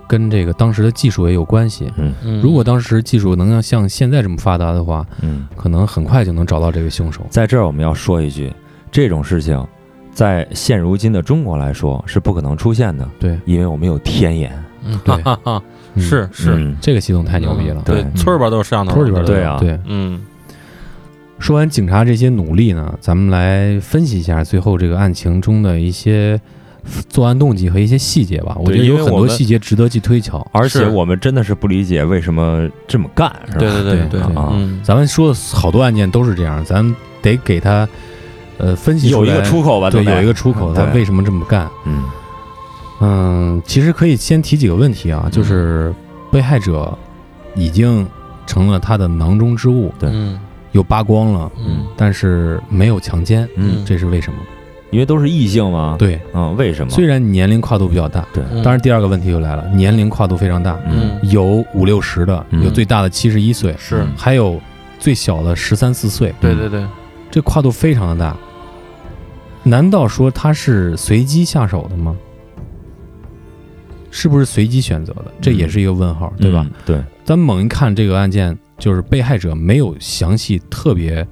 跟这个当时的技术也有关系。
嗯
如果当时技术能像现在这么发达的话，
嗯，
可能很快就能找到这个凶手。
在这儿我们要说一句，这种事情在现如今的中国来说是不可能出现的，
对，
因为我们有天眼。
嗯
对
哈哈哈
嗯
是是，
嗯
这个系统太牛逼了
嗯，对
嗯，
村儿吧都是摄像头，
村儿里边儿都有
对啊
对。
嗯
说完警察这些努力呢，咱们来分析一下最后这个案情中的一些作案动机和一些细节吧。我觉
对
得有
因为
很
我
多
们
细节值得去推敲。
而且
是
我们真的是不理解为什么这么干，是吧？
对对对
对对
对
啊
嗯，
咱们说的好多案件都是这样，咱们得给他呃分析
有
出
一
来
个出口吧，
对
不
有一个出口，他
对
为什么这么干？
嗯
嗯，其实可以先提几个问题
嗯
啊，就是被害者已经成了他的囊中之物，
对
嗯
又扒光了，
嗯
但是没有强奸，
嗯，
这是为什么？
因为都是异性嘛，，
对，
嗯，为什么？
虽然你年龄跨度比较大，
对，
嗯，
当然第二个问题又来了，年龄跨度非常大，
嗯
嗯
有五六十的，
嗯
有最大的七十一岁，
是，
还有最小的十三四岁，
对对对，
这跨度非常的大。难道说他是随机下手的吗？是不是随机选择的？这也是一个问号，对吧？
嗯？对，
咱猛一看这个案件，就是被害者没有详细特别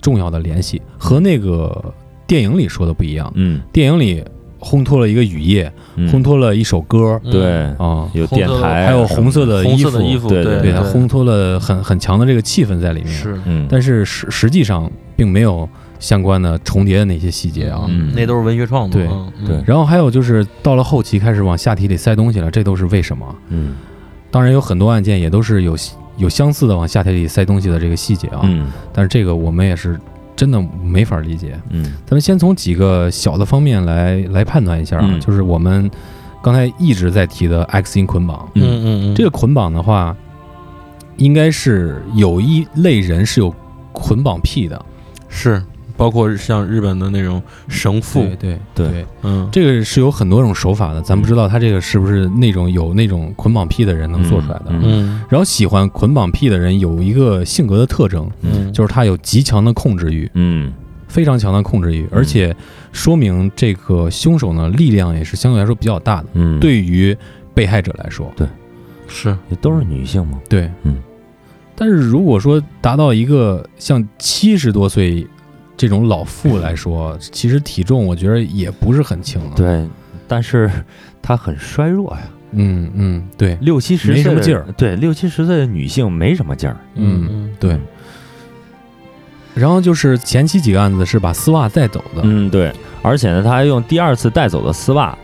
重要的联
嗯
系，和那个电影里说的不一样。
嗯，
电影里烘托了一个雨夜，
嗯
烘托了一首歌
嗯哎
对，
啊，
有电台，
还有红色的
红
呃衣
色
服
的，衣服，
对
对
对，它烘托了很很强的这个气氛在里面。
是
嗯，
但是实实际上并没有相关的重叠的那些细节啊。
嗯
那都是文学创作，
对
嗯嗯
对
然后还有就是到了后期开始往下体里塞东西了，这都是为什么？
嗯
当然有很多案件也都是有有相似的往下体里塞东西的这个细节啊，
嗯
但是这个我们也是真的没法理解。
嗯
咱们先从几个小的方面来来判断一下啊，
嗯
就是我们刚才一直在提的 X 因捆绑，
嗯
嗯嗯，
这个捆绑的话，应该是有一类人是有捆绑癖的，
是包括像日本的那种神父，
对对
对
嗯，
这个是有很多种手法的，咱不
嗯
知道他这个是不是那种有那种捆绑癖的人能做出来的。
嗯
嗯
然后喜欢捆绑癖的人有一个性格的特征，
嗯，
就是他有极强的控制欲，
嗯
非常强的控制欲，而且说明这个凶手呢力量也是相对来说比较大的，
嗯，，
对于被害者来说，
是
都是女性嘛，
对，
嗯。
但是如果说达到一个像七十多岁这种老妇来说，其实体重我觉得也不是很轻啊了。，
对，嗯但是 [laughs] 她很衰弱呀，
嗯嗯，对，
六七十
没
岁
什么
的
劲儿，
对，六七十岁的女性没什么劲儿，
嗯
嗯
对。然后就是前期几个案子是把丝袜带走的，
嗯，对，而且呢，他还用第二次带走的丝袜，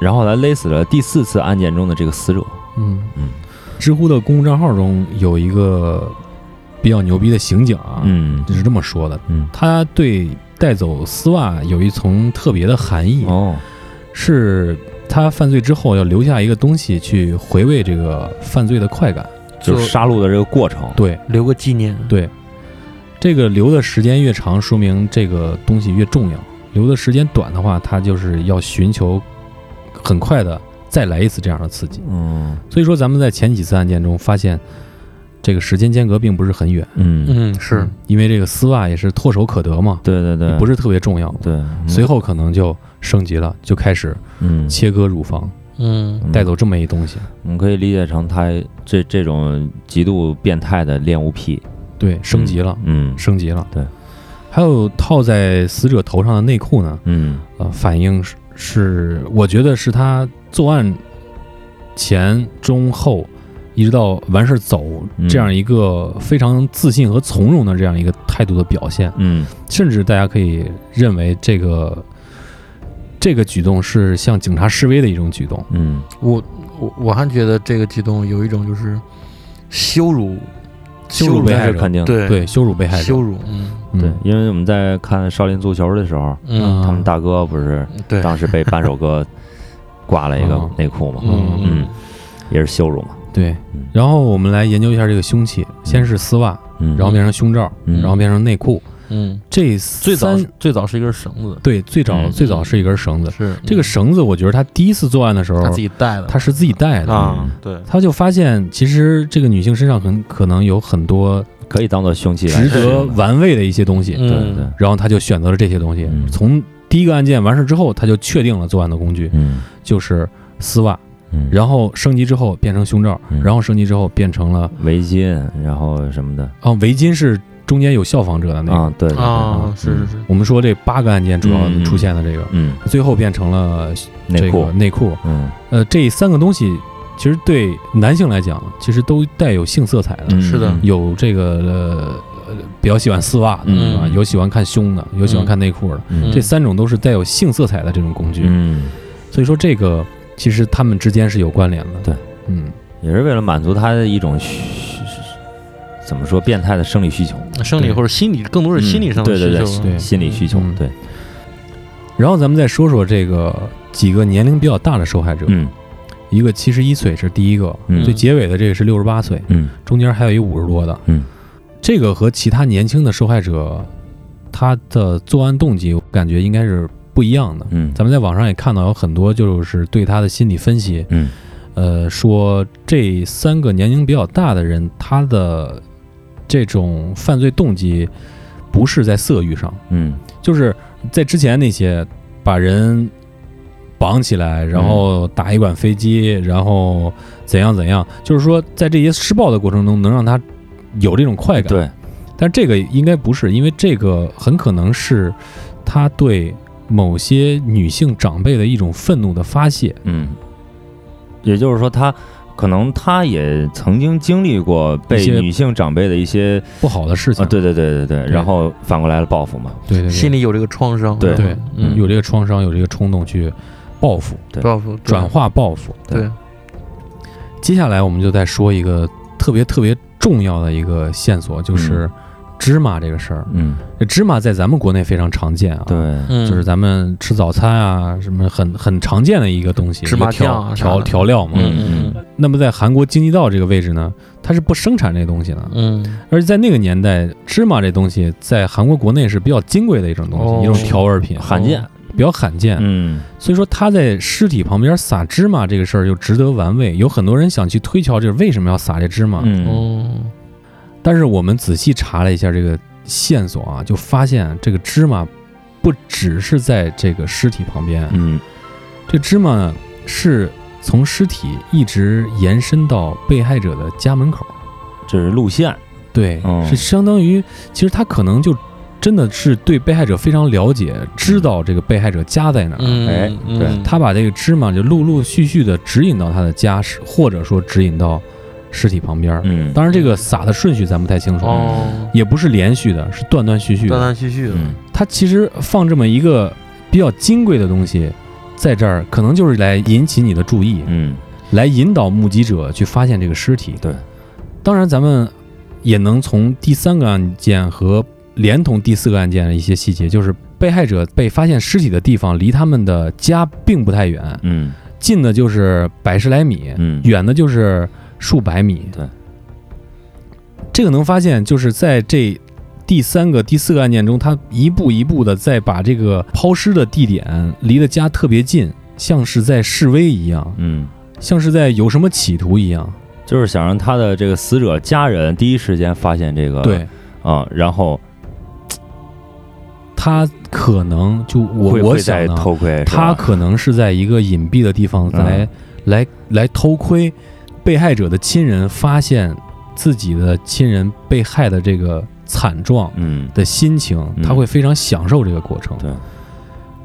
然后来勒死了第四次案件中的这个死者，
嗯
嗯
知乎的公众账号中有一个比较牛逼的刑警啊，
嗯
就是这么说的，
嗯，
他对带走丝袜有一层特别的含义，
哦，
是他犯罪之后要留下一个东西去回味这个犯罪的快感。
就
就是
杀戮的这个过程，
对
留个纪念，
对，这个留的时间越长，说明这个东西越重要；留的时间短的话，他就是要寻求很快的再来一次这样的刺激。
嗯
所以说，咱们在前几次案件中发现，这个时间间隔并不是很远。
嗯，
嗯是
嗯，因为这个丝袜也是唾手可得嘛，
对对对，嗯
不是特别重要。
对，
随后可能就升级了，就开始
嗯，
切割乳房，
嗯
嗯
带走这么一东西。
我们可以理解成他这这种极度变态的恋物癖，
对，升级了，
嗯
升级了。
对，
还有套在死者头上的内裤呢，
嗯
呃，反映是是，我觉得是他作案前、中、后一直到完事儿走
嗯
这样一个非常自信和从容的这样一个态度的表现，
嗯
甚至大家可以认为这个这个举动是向警察示威的一种举动。
嗯
我我我还觉得这个举动有一种就是羞辱，
羞辱被
那
害
是
者
肯定的，
对
对，羞辱被害者，
羞辱，嗯
嗯
对，因为我们在看少林足球的时候，
嗯，
他们大哥不是
对，
当时被扳手哥 [laughs] 挂了一个
嗯
内裤嘛，
嗯
嗯，也是羞辱嘛，
对
嗯。
然后我们来研究一下这个凶器，先是丝袜，
嗯，
然后变成胸罩，
嗯
然后变成内裤。
嗯，
这
最早
三
是最早是一根绳子，
对最早
嗯
最早是一根绳子，
是嗯
这个绳子我觉得他第一次作案的时候
他，自己带的，
他是自己带的，
啊
嗯，
对，
他就发现其实这个女性身上很可能有很多
可以当做凶器来
值得
使
嗯
用的，
玩味的一些东西，
嗯
对对，
然后他就选择了这些东西
嗯。
从第一个案件完事之后，他就确定了作案的工具
嗯
就是丝袜，
嗯，
然后升级之后变成胸罩，
嗯
然后升级之后变成了
围巾，然后什么的，
啊围巾是中间有效防者的那个。
啊，对对对
啊，是是，是，
我们说这八个案件主要出现的这个，
嗯，
最后变成了
嗯
这
内
个
裤，
内裤。
嗯
呃，这三个东西其实对男性来讲，其实都带有性色彩的，
嗯
是的
嗯
有这个呃呃比较喜欢丝袜的，
嗯
是吧啊有喜欢看胸的，有喜欢看内裤的，
嗯
这三种都是带有性色彩的这种工具。
嗯，
所以说，这个其实他们之间是有关联的。
对，
嗯，
也是为了满足他的一种需怎么说变态的生理需求，
生理
对
或者心理，更多是心理上
嗯
的
对对
需
对
求，啊
对
心理需求
嗯，
对，
然后咱们再说说这个几个年龄比较大的受害者，
嗯
一个七十一岁是第一个，
嗯
最结尾的这个是六十八岁，
嗯
中间还有一五十多的，
嗯，
这个和其他年轻的受害者，他的作案动机，我感觉应该是不一样的。
嗯
咱们在网上也看到有很多就是对他的心理分析，
嗯
呃，说这三个年龄比较大的人，他的这种犯罪动机不是在色欲上，
嗯
就是在之前那些把人绑起来，然
嗯
后打一管飞机，然后怎样怎样，就是说在这些施暴的过程中，能让他有这种快感。，
对，
但这个应该不是，因为这个很可能是他对某些女性长辈的一种愤怒的发泄。
嗯，也就是说他。可能他也曾经经历过
一
被
些
女性长辈的一些
不好的事情，
啊，对对对对对，然后反过来了报复嘛，
对对对，
心里有这个创伤，
对
对
嗯，
有这个创伤，有这个冲动去报复，
报复
转化报复。
对，
接下来我们就再说一个特别特别重要的一个线索，
嗯
就是芝麻这个事儿。
嗯，
这芝麻在咱们国内非常常见啊，，
对，
嗯，
就是咱们吃早餐啊，什么很很常见的一个东西，
芝麻
一个调
酱啊啥
调
的
调料嘛。
嗯嗯
那么在韩国京畿道这个位置呢，它是不生产这东西的，
嗯嗯
而且在那个年代，芝麻这东西在韩国国内是比较金贵的一种东西，
哦
一种调味品，
罕见，
比较罕见。
嗯
所以说他在尸体旁边撒芝麻这个事儿就值得玩味，有很多人想去推敲，就是为什么要撒这芝麻。
嗯
哦，
但是我们仔细查了一下这个线索啊，就发现这个芝麻不只是在这个尸体旁边，
嗯
这芝麻呢是从尸体一直延伸到被害者的家门口。
这是路线，
对，
哦
是相当于其实他可能就真的是对被害者非常了解，知道这个被害者家在哪儿。
嗯，
哎
嗯
对，
他把这个芝麻就陆陆续续的指引到他的家，是或者说指引到尸体旁边儿。
嗯，
当然，这个撒的顺序咱不太清楚，
哦，
也不是连续的，是断断续续
断
的。
断续续的，
嗯
他其实放这么一个比较金贵的东西在这儿，可能就是来引起你的注意，
嗯
来引导目击者去发现这个尸体。
对，
当然咱们也能从第三个案件和连同第四个案件的一些细节，就是被害者被发现尸体的地方离他们的家并不太远。
嗯
近的就是百十来米，
嗯，
远的就是数百米。
对，
这个能发现，就是在这第三个、第四个案件中，他一步一步的在把这个抛尸的地点离的家特别近，像是在示威一样，
嗯，
像是在有什么企图一样。
就是想让他的这个死者家人第一时间发现这个，
对
啊，然后
他可能就我
会
我
会
想
在
呢，
偷窥，是
他
吧
可能是在一个隐蔽的地方
嗯
来、来来偷窥被害者的亲人，发现自己的亲人被害的这个惨状
嗯
的心情，
嗯
他会非常享受这个过程。
对，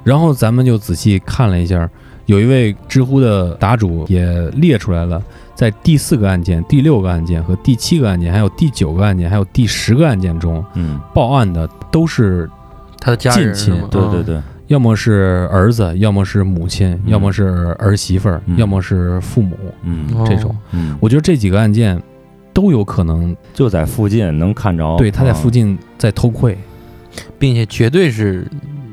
然后咱们就仔细看了一下有一位知乎的答主也列出来了，在第四个案件、第六个案件和第七个案件，还有第九个案件，还有第十个案件中，
嗯，
报案的都是
他的家人是
近亲
吗？
对
啊
对，对，
要么是儿子，要么是母亲，
嗯
要么是儿媳妇儿，
嗯
要么是父母。
嗯
哦
这种
嗯，
我觉得这几个案件都有可能，
哦
就在附近能看着，
对他在附近在偷窥，
哦并且绝对是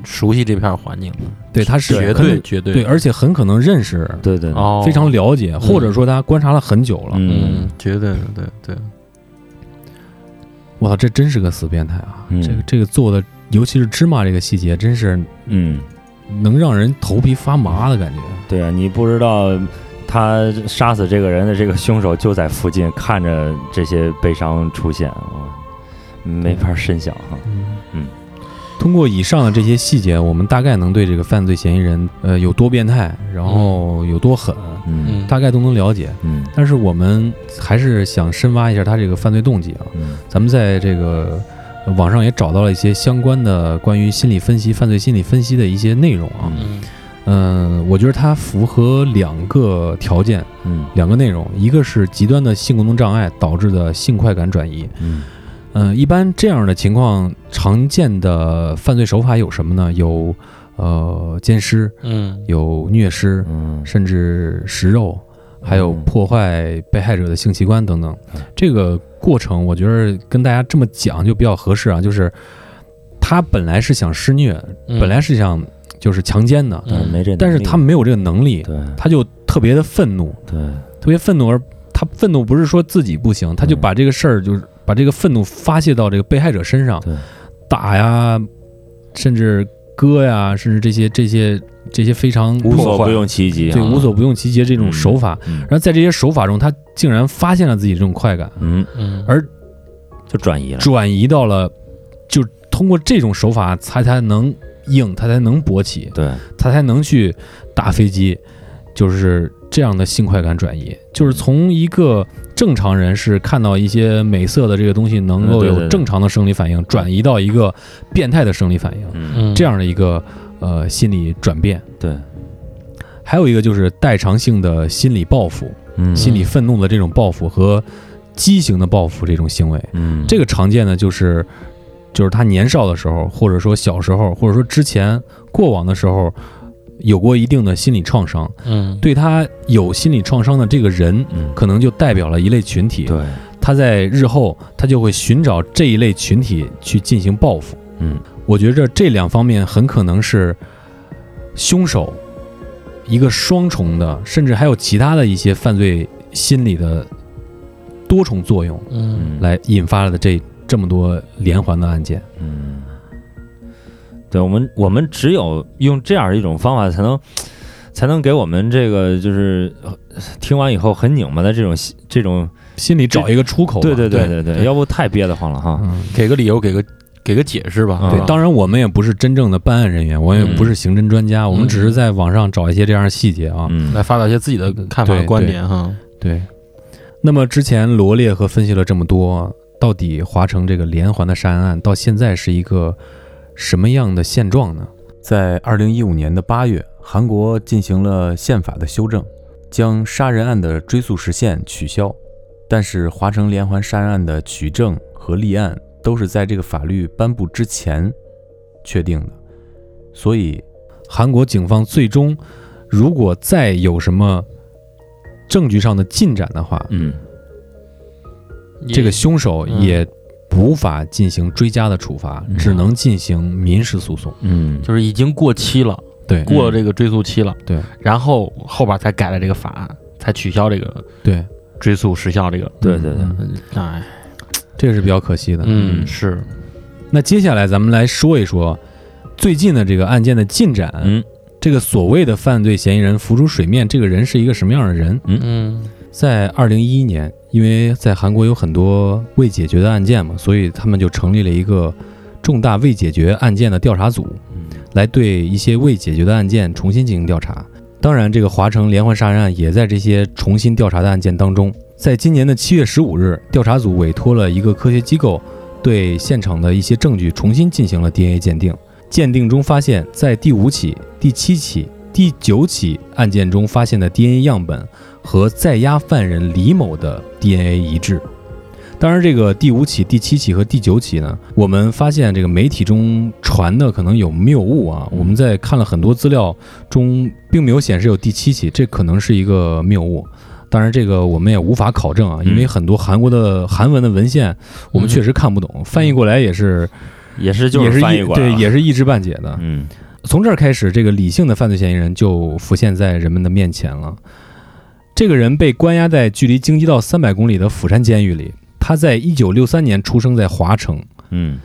熟悉这片环境的，
对他是
绝
可能
对绝对
对，而且很可能认识，
嗯，对对，对
哦，
非常了解，或者说他观察了很久了。
嗯
嗯，，
绝对对对，
我操，这真是个死变态啊！
嗯
这个这个做的，尤其是芝麻这个细节，真是
嗯，
能让人头皮发麻的感觉。
对啊，你不知道他杀死这个人的这个凶手就在附近看着这些悲伤出现，我没法深想哈。
通过以上的这些细节，我们大概能对这个犯罪嫌疑人，呃，有多变态，然后有多狠，
嗯
嗯，
大概都能了解。
嗯
但是我们还是想深挖一下他这个犯罪动机啊。
嗯
咱们在这个呃网上也找到了一些相关的关于心理分析、犯罪心理分析的一些内容啊。
嗯
嗯，我觉得它符合两个条件，
嗯
两个内容，一个是极端的性功能障碍导致的性快感转移。
嗯
嗯，一般这样的情况常见的犯罪手法有什么呢？有呃奸尸，
嗯
有虐尸，
嗯
甚至食肉，还有
嗯
破坏被害者的性器官等等。这个过程，我觉得跟大家这么讲就比较合适啊，就是他本来是想施虐，
嗯，
本来是想就是强奸的，
嗯
嗯，没这能力，
但是他没有这个能力，
对
他就特别的愤怒，
对，
特别愤怒，而他愤怒不是说自己不行，他就
嗯
把这个事儿就是把这个愤怒发泄到这个被害者身上
对，
打呀，甚至割呀，甚至这些这些这些非常
无所不用其极啊，
对无所不用其极这种手法。
嗯
然后在这些手法中，他竟然发现了自己这种快感，
嗯，
嗯
而
就转移了，
转移到了，就通过这种手法，他才能硬，他才能勃起，
对，
他才能去打飞机，就是这样的性快感转移，
嗯
就是从一个正常人是看到一些美色的这个东西能够
嗯对对
有
对
正常的生理反应，转移到一个变态的生理反应，
嗯
嗯
这样的一个呃心理转变。
对，
还有一个就是代偿性的心理报复，
嗯
心理愤怒的这种报复和畸形的报复这种行为。
嗯
这个常见的就是，就是他年少的时候，或者说小时候，或者说之前过往的时候，有过一定的心理创伤，
嗯
对他有心理创伤的这个人，
嗯
可能就代表了一类群体，
对，
他在日后他就会寻找这一类群体去进行报复。
嗯
我觉着这两方面很可能是凶手一个双重的，甚至还有其他的一些犯罪心理的多重作用。
嗯
嗯
来引发了的这这么多连环的案件。
嗯，对我们，我们只有用这样一种方法，才能才能给我们这个就是呃听完以后很拧巴的这种心这种，
心里找一个出口吧。
对对
对
对对
对
要不太憋得慌了哈。
嗯，
给个理由，给个给个解释吧，啊
嗯
对
是吧。
当然我们也不是真正的办案人员，我也
嗯
不是刑侦专家，我们只是在网上找一些这样的细节啊。
嗯
来，发表一些自己的看法
对
和观
对
点哈。
对。那么之前罗列和分析了这么多，到底华城这个连环的杀人案到现在是一个什么样的现状呢？
在二零一五年的八月，韩国进行了宪法的修正，将杀人案的追诉时限取消，但是华城连环杀人案的取证和立案都是在这个法律颁布之前确定的，所以
韩国警方最终如果再有什么证据上的进展的话，
嗯
这个凶手
嗯
也无法进行追加的处罚，
嗯
只能进行民事诉讼。
嗯，
就是已经过期了，
对嗯
过了这个追诉期了，
对，
然后后边才改了这个法案，才取消这个
对，嗯
追诉时效这个。
对对对，
哎，
这是比较可惜的。
嗯，是，
那接下来咱们来说一说最近的这个案件的进展。
嗯
这个所谓的犯罪嫌疑人浮出水面，这个人是一个什么样的人？
嗯
在二零一一年，因为在韩国有很多未解决的案件嘛，所以他们就成立了一个重大未解决案件的调查组，来对一些未解决的案件重新进行调查。当然，这个华城连环杀人案也在这些重新调查的案件当中。在今年的七月十五日，调查组委托了一个科学机构对现场的一些证据重新进行了 DNA 鉴定。鉴定中发现，在第五起、第七起、第九起案件中发现的 DNA 样本和在押犯人李某的 DNA 一致。当然，这个第五起、第七起和第九起呢，我们发现这个媒体中传的可能有谬误啊。我们在看了很多资料中，并没有显示有第七起，这可能是一个谬误。当然，这个我们也无法考证啊，因为很多韩国的韩文的文献我们确实看不懂，翻译过来也是
也是嗯就
也是
翻
一
译过来
对
了，
也是一知半解的。
嗯，
从这儿开始，这个理性的犯罪嫌疑人就浮现在人们的面前了。这个人被关押在距离京畿道三百公里的釜山监狱里。他在一九六三年出生在华城，
嗯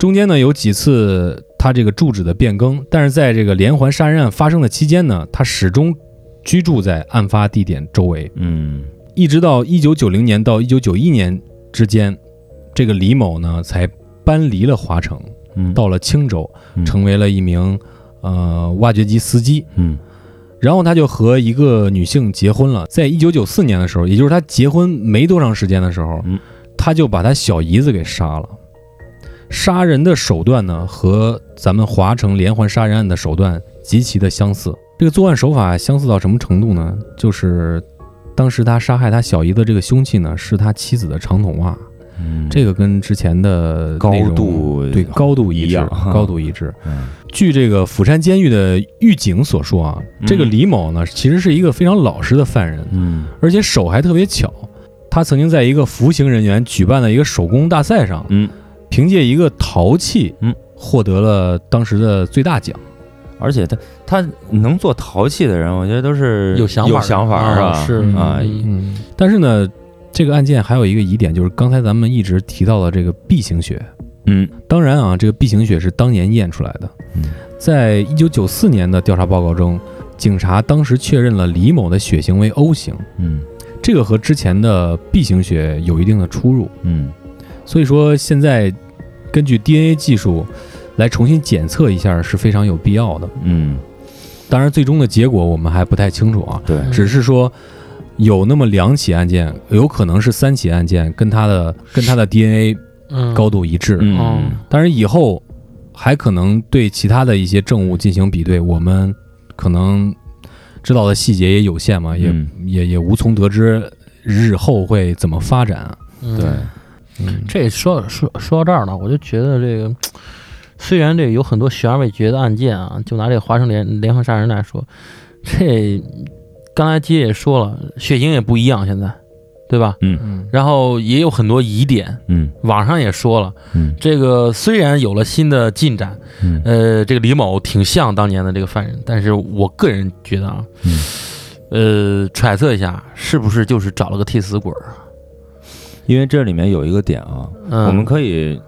中间呢有几次他这个住址的变更，但是在这个连环杀人案发生的期间呢，他始终居住在案发地点周围。
嗯
一直到一九九零年到一九九一年之间，这个李某呢才搬离了华城，
嗯，
到了青州，
嗯
成为了一名呃挖掘机司机。
嗯
然后他就和一个女性结婚了，在一九九四年的时候，也就是他结婚没多长时间的时候，
嗯
他就把他小姨子给杀了。杀人的手段呢，和咱们华城连环杀人案的手段极其的相似。这个作案手法相似到什么程度呢？就是当时他杀害他小姨子这个凶器呢，是他妻子的长筒袜。
嗯
这个跟之前的
高
内容
度
对高度一
一
致，
样哈
高度一致。
嗯
据这个釜山监狱的狱警所说啊，
嗯
这个李某呢，其实是一个非常老实的犯人，
嗯
而且手还特别巧。他曾经在一个服刑人员举办的一个手工大赛上，
嗯，
凭借一个陶器，
嗯，
获得了当时的最大奖。
而且他他能做陶器的人，我觉得都是
有想法
有
儿
想法
啊
儿是吧？
是
嗯
啊
嗯
嗯，但是呢，这个案件还有一个疑点，就是刚才咱们一直提到的这个 B 型血。
嗯
当然啊，这个 B 型血是当年验出来的
嗯。
在一九九四年的调查报告中，警察当时确认了李某的血型为 O 型，
嗯
这个和之前的 B 型血有一定的出入。
嗯
所以说，现在根据 DNA 技术来重新检测一下是非常有必要的。
嗯，
当然，最终的结果我们还不太清楚啊，
对，
只是说有那么两起案件，有可能是三起案件跟他的跟他的 DNA
嗯
高度一致。
嗯
嗯
当然以后还可能对其他的一些证物进行比对，我们可能知道的细节也有限嘛，也、
嗯
也也无从得知日后会怎么发展。
嗯
对，
嗯，
这说说说到这儿呢，我就觉得这个，虽然这有很多悬而未决的案件啊，就拿这个华盛连连环杀人来说，这刚才姐也说了，血型也不一样，现在，对吧？
嗯
然后也有很多疑点，
嗯
网上也说了，
嗯
这个虽然有了新的进展，
嗯
呃，这个李某挺像当年的这个犯人，但是我个人觉得啊，
嗯
呃，揣测一下，是不是就是找了个替死鬼儿？
因为这里面有一个点啊，
嗯，
我们可以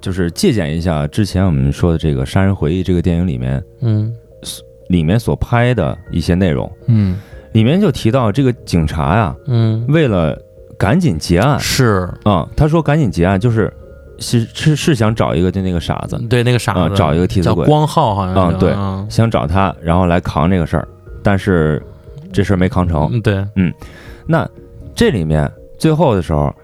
就是借鉴一下之前我们说的这个《杀人回忆》这个电影里面
嗯
里面所拍的一些内容，
嗯
里面就提到这个警察呀、
嗯
为了赶紧结案
是
啊、他说赶紧结案就是是是是想找一个就那个傻子，
对，那嗯个傻子、
啊找一个替死
叫
鬼
光浩，好像
啊
叫
对
嗯
想找他，然后来扛这个事儿，但是这事儿没扛成。
嗯对，
那这里面最后的时候，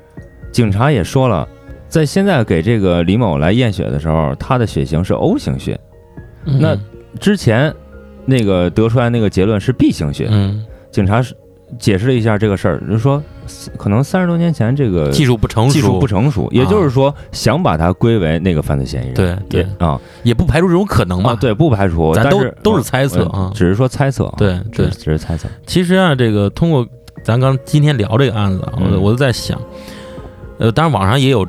警察也说了，在现在给这个李某来验血的时候，他的血型是 O 型血，那之前那个得出来那个结论是 B 型血。
嗯
警察是解释了一下这个事儿，就说可能三十多年前这个
技术不成熟，啊
技术不成熟，也就是说想把它归为那个犯罪嫌疑人。
对对
也啊
也不排除这种可能嘛。
啊，，对，不排除，
咱
但
都
是
都是猜测
嗯
啊。
只是说猜测啊，
对
只
对
是，只是猜测。
其实啊，这个通过咱刚今天聊这个案子啊，我
嗯
我都在想，呃，当然网上也有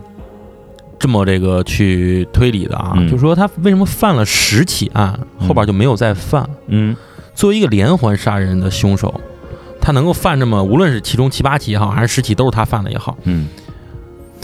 这么这个去推理的啊，
嗯
就说他为什么犯了十起案，
嗯
后边就没有再犯。
嗯
作为一个连环杀人的凶手，他能够犯这么，无论是其中七八起也好，还是十起都是他犯的也好，
嗯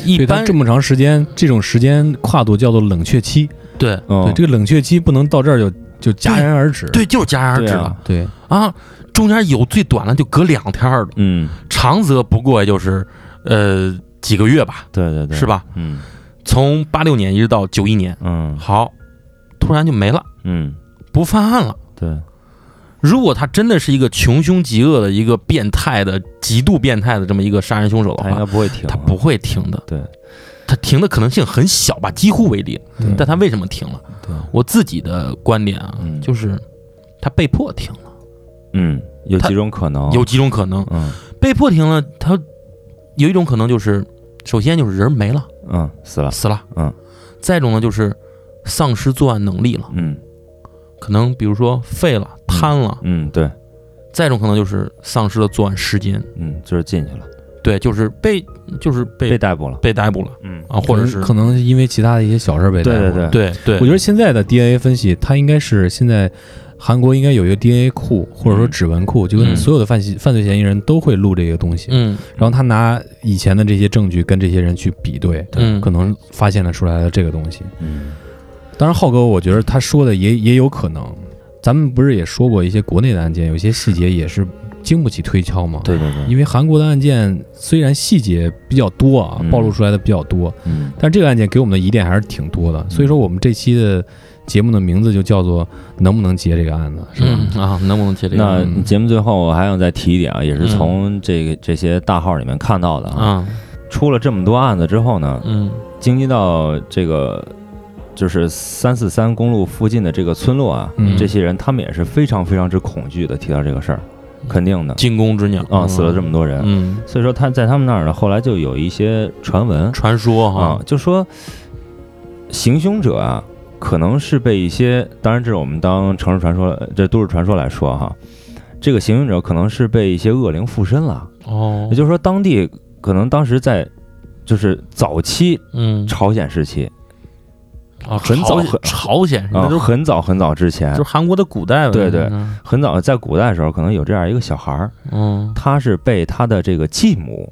一
对他
般
这么长时间，这种时间跨度叫做冷却期。
对
哦
对，，这个冷却期不能到这儿就就戛然而止。
对，就是戛然而止
对啊
了
对，
啊。中间有最短的就隔两天儿的，
嗯，
长则不过也就是呃几个月吧，
对对对，
是？吧？
嗯
从八六年一直到九一年，
嗯
好，突然就没了，
嗯，
不犯案了。
对，
如果他真的是一个穷凶极恶的一个变态的、极度变态的这么一个杀人凶手的
他应
话
该，不会停啊，
他不会停的。
对，
他停的可能性很小吧，几乎为零
对。
但他为什么停了
对？
我自己的观点啊
嗯，
就是他被迫停了。
嗯，有
他
几种可能，
有几种可能，
嗯
被迫停了，他有一种可能就是，首先就是人没了，
嗯死了，
死了，
嗯，
再一种呢就是丧失作案能力了，
嗯
可能比如说废了、瘫了，
嗯对，
再一种可能就是丧失了作案时间，
嗯就是进去了，
对，就是被就是
被
被
逮捕了，
被逮捕了
嗯
啊，或者是
可能是因为其他的一些小事儿被
对
逮
对
捕了
对，
对对，
我觉得现在的 DNA 分析，它应该是现在韩国应该有一个 DNA 库，或者说指纹库，就跟
嗯
所有的犯犯罪嫌疑人都会录这个东西。
嗯
然后他拿以前的这些证据跟这些人去比对，
嗯
可能发现了出来的这个东西。
嗯
当然，浩哥，我觉得他说的也也有可能。咱们不是也说过一些国内的案件，有些细节也是经不起推敲嘛。，
对对对，
因为韩国的案件虽然细节比较多啊
嗯，
暴露出来的比较多，
嗯
但这个案件给我们的疑点还是挺多的。所以说，我们这期的节目的名字就叫做“能不能结这个案子”，是吧？
嗯啊，能不能接这
那
个？
嗯
节目最后我还想再提一点啊，也是
嗯
从这个这些大号里面看到的啊，
啊
出了这么多案子之后呢，
嗯
经历到这个就是三四三公路附近的这个村落啊，
嗯
这些人他们也是非常非常之恐惧的，提到这个事儿，肯定的
惊弓之鸟
啊，死了这么多人，
嗯
所以说他在他们那儿呢，后来就有一些传闻
传说
啊
哈，，
就说行凶者啊，可能是被一些，当然这是我们当城市传说、呃这都市传说来说哈，这个行凶者可能是被一些恶灵附身了，
哦，
也就是说当地可能当时在就是早期
嗯
朝鲜时期。
啊
很早
朝
很
朝鲜
啊，
那都
很早很早之前
就是，韩国的古代吧，
对对
嗯
很早在古代的时候，可能有这样一个小孩儿，
嗯
他是被他的这个继母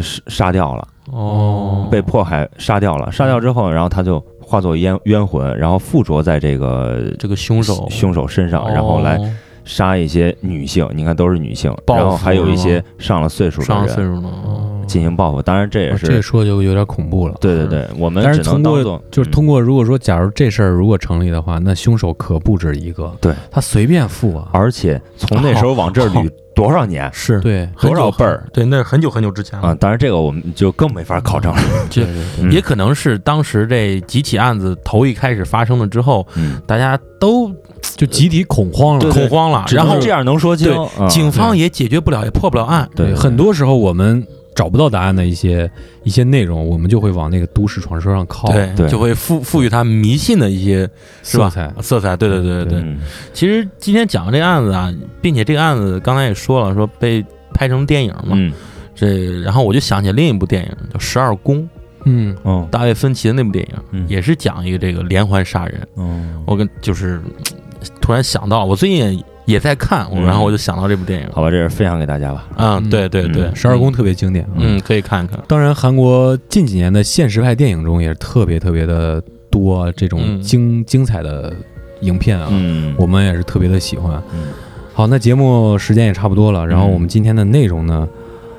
杀杀掉了，
哦，
被迫害杀掉了。杀掉之后，然后他就化作冤冤魂，然后附着在这个
这个凶手
凶手身上，然后来
哦
杀一些女性。你看，都是女性，
报复
然后还有一些上了岁数
上
的
了岁
人
数了，哦
哦
进行报复。当然，这也
这
是
说就有点恐怖了。
对对对，我们
但是
只能
通过
当做嗯
就是通过，如果说假如这事儿如果成立的话，那凶手可不止一个，
对
他随便付啊，
而且从那时候往这儿捋多少年
是
对，
多少辈儿
对，那是很久很久之前了
啊？当然，这个我们就更没法考证了。
这
对对对
嗯
也可能是当时这几起案子头一开始发生了之后，
嗯，
大家都
就集体恐慌了。
对
恐慌了，然后
这样能说清
对，
嗯
警方也解决不了，也破不了案。
对
很多时候我们找不到答案的一些一些内容，我们就会往那个都市传说上靠，
对，
对
就会赋赋予它迷信的一些是吧
色彩
色彩，对对对对对。
嗯
其实今天讲的这个案子啊，并且这个案子刚才也说了，说被拍成电影嘛，
嗯
这然后我就想起另一部电影叫《十二宫》，
嗯，
哦
大卫芬奇的那部电影，
嗯
也是讲一个这个连环杀人。
哦，
我跟就是嘖突然想到，我最近也在看，我
嗯
然后我就想到这部电影了。
好吧，这是分享给大家吧。
啊，
嗯
对对对，
嗯
十二宫，特别经典啊。
嗯，可以看看。
当然，韩国近几年的现实派电影中也是特别特别的多这
嗯
种精、精彩的影片啊，
嗯
我们也是特别的喜欢。
嗯
好，那节目时间也差不多了，然后我们今天的内容呢，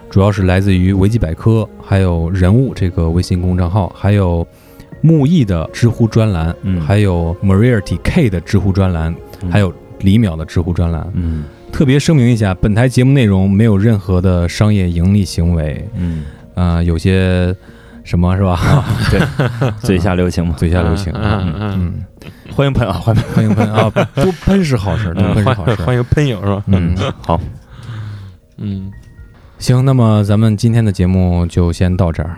主要是来自于维基百科，还有人物这个微信公众账号，还有木易的知乎专栏，
嗯
还有 Moriarty K 的知乎专栏，
嗯
还有李淼的知乎专栏。
嗯
特别声明一下，本台节目内容没有任何的商业盈利行为，
嗯，
啊，有些什么是
啊
吧？
嘴下留情嘛，
[laughs] 嘴下留情，
嗯嗯
嗯，
[laughs] 欢迎喷啊，欢迎
欢迎喷啊，多喷是好事，多
嗯，
喷是
欢
好
[laughs]
事
迎。欢迎喷友是吧？
嗯
喷，，好，
嗯，
行，那么咱们今天的节目就先到这儿，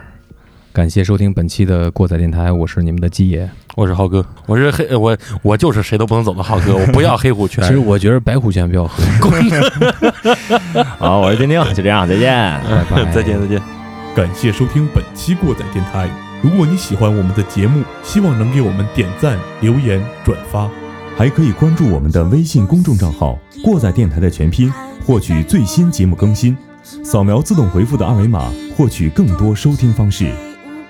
感谢收听本期的过载电台，我是你们的鸡爷。
我是浩哥，我是黑我我就是谁都不能走的浩哥，我不要黑
[laughs]
虎拳。
其实我觉得白虎拳比较合适，
好，我是丁丁，就这 [laughs] 样，再见。
拜拜
再见再见。
感谢收听本期过载电台。如果你喜欢我们的节目，希望能给我们点赞、留言、转发。
还可以关注我们的微信公众账号“过载电台”的全拼，获取最新节目更新。扫描自动回复的二维码，获取更多收听方式。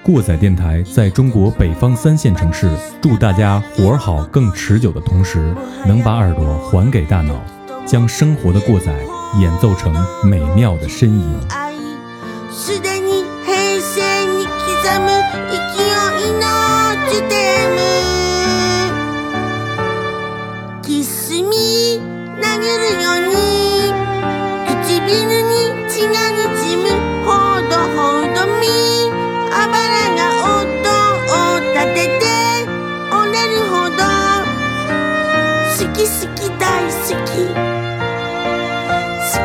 过载电台在中国北方三线城市，祝大家活儿好更持久的同时，能把耳朵还给大脑，将生活的过载演奏成美妙的呻吟。
愛すでに平成に刻む勢いのジュテムキスミ投げるように唇に血がにじむほどほどみあばらが音を立てて折れるほど好き好き大好好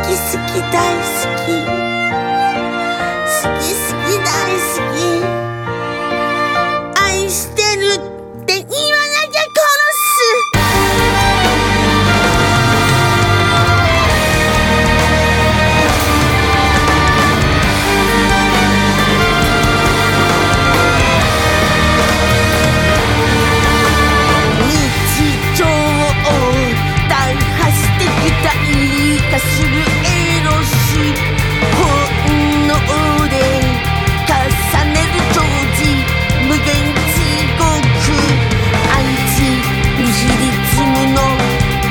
き好き好き大好き好き好き大好き愛してるって言わなきゃ殺す日常を打破して具体化するエロス本能で重ねる常時無限地獄アンチニヒリズムの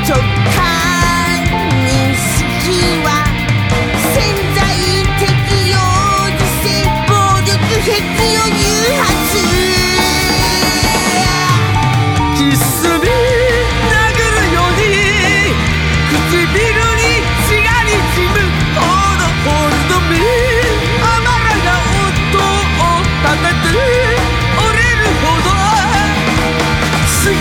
直感認識は潜在適用に性暴力必要に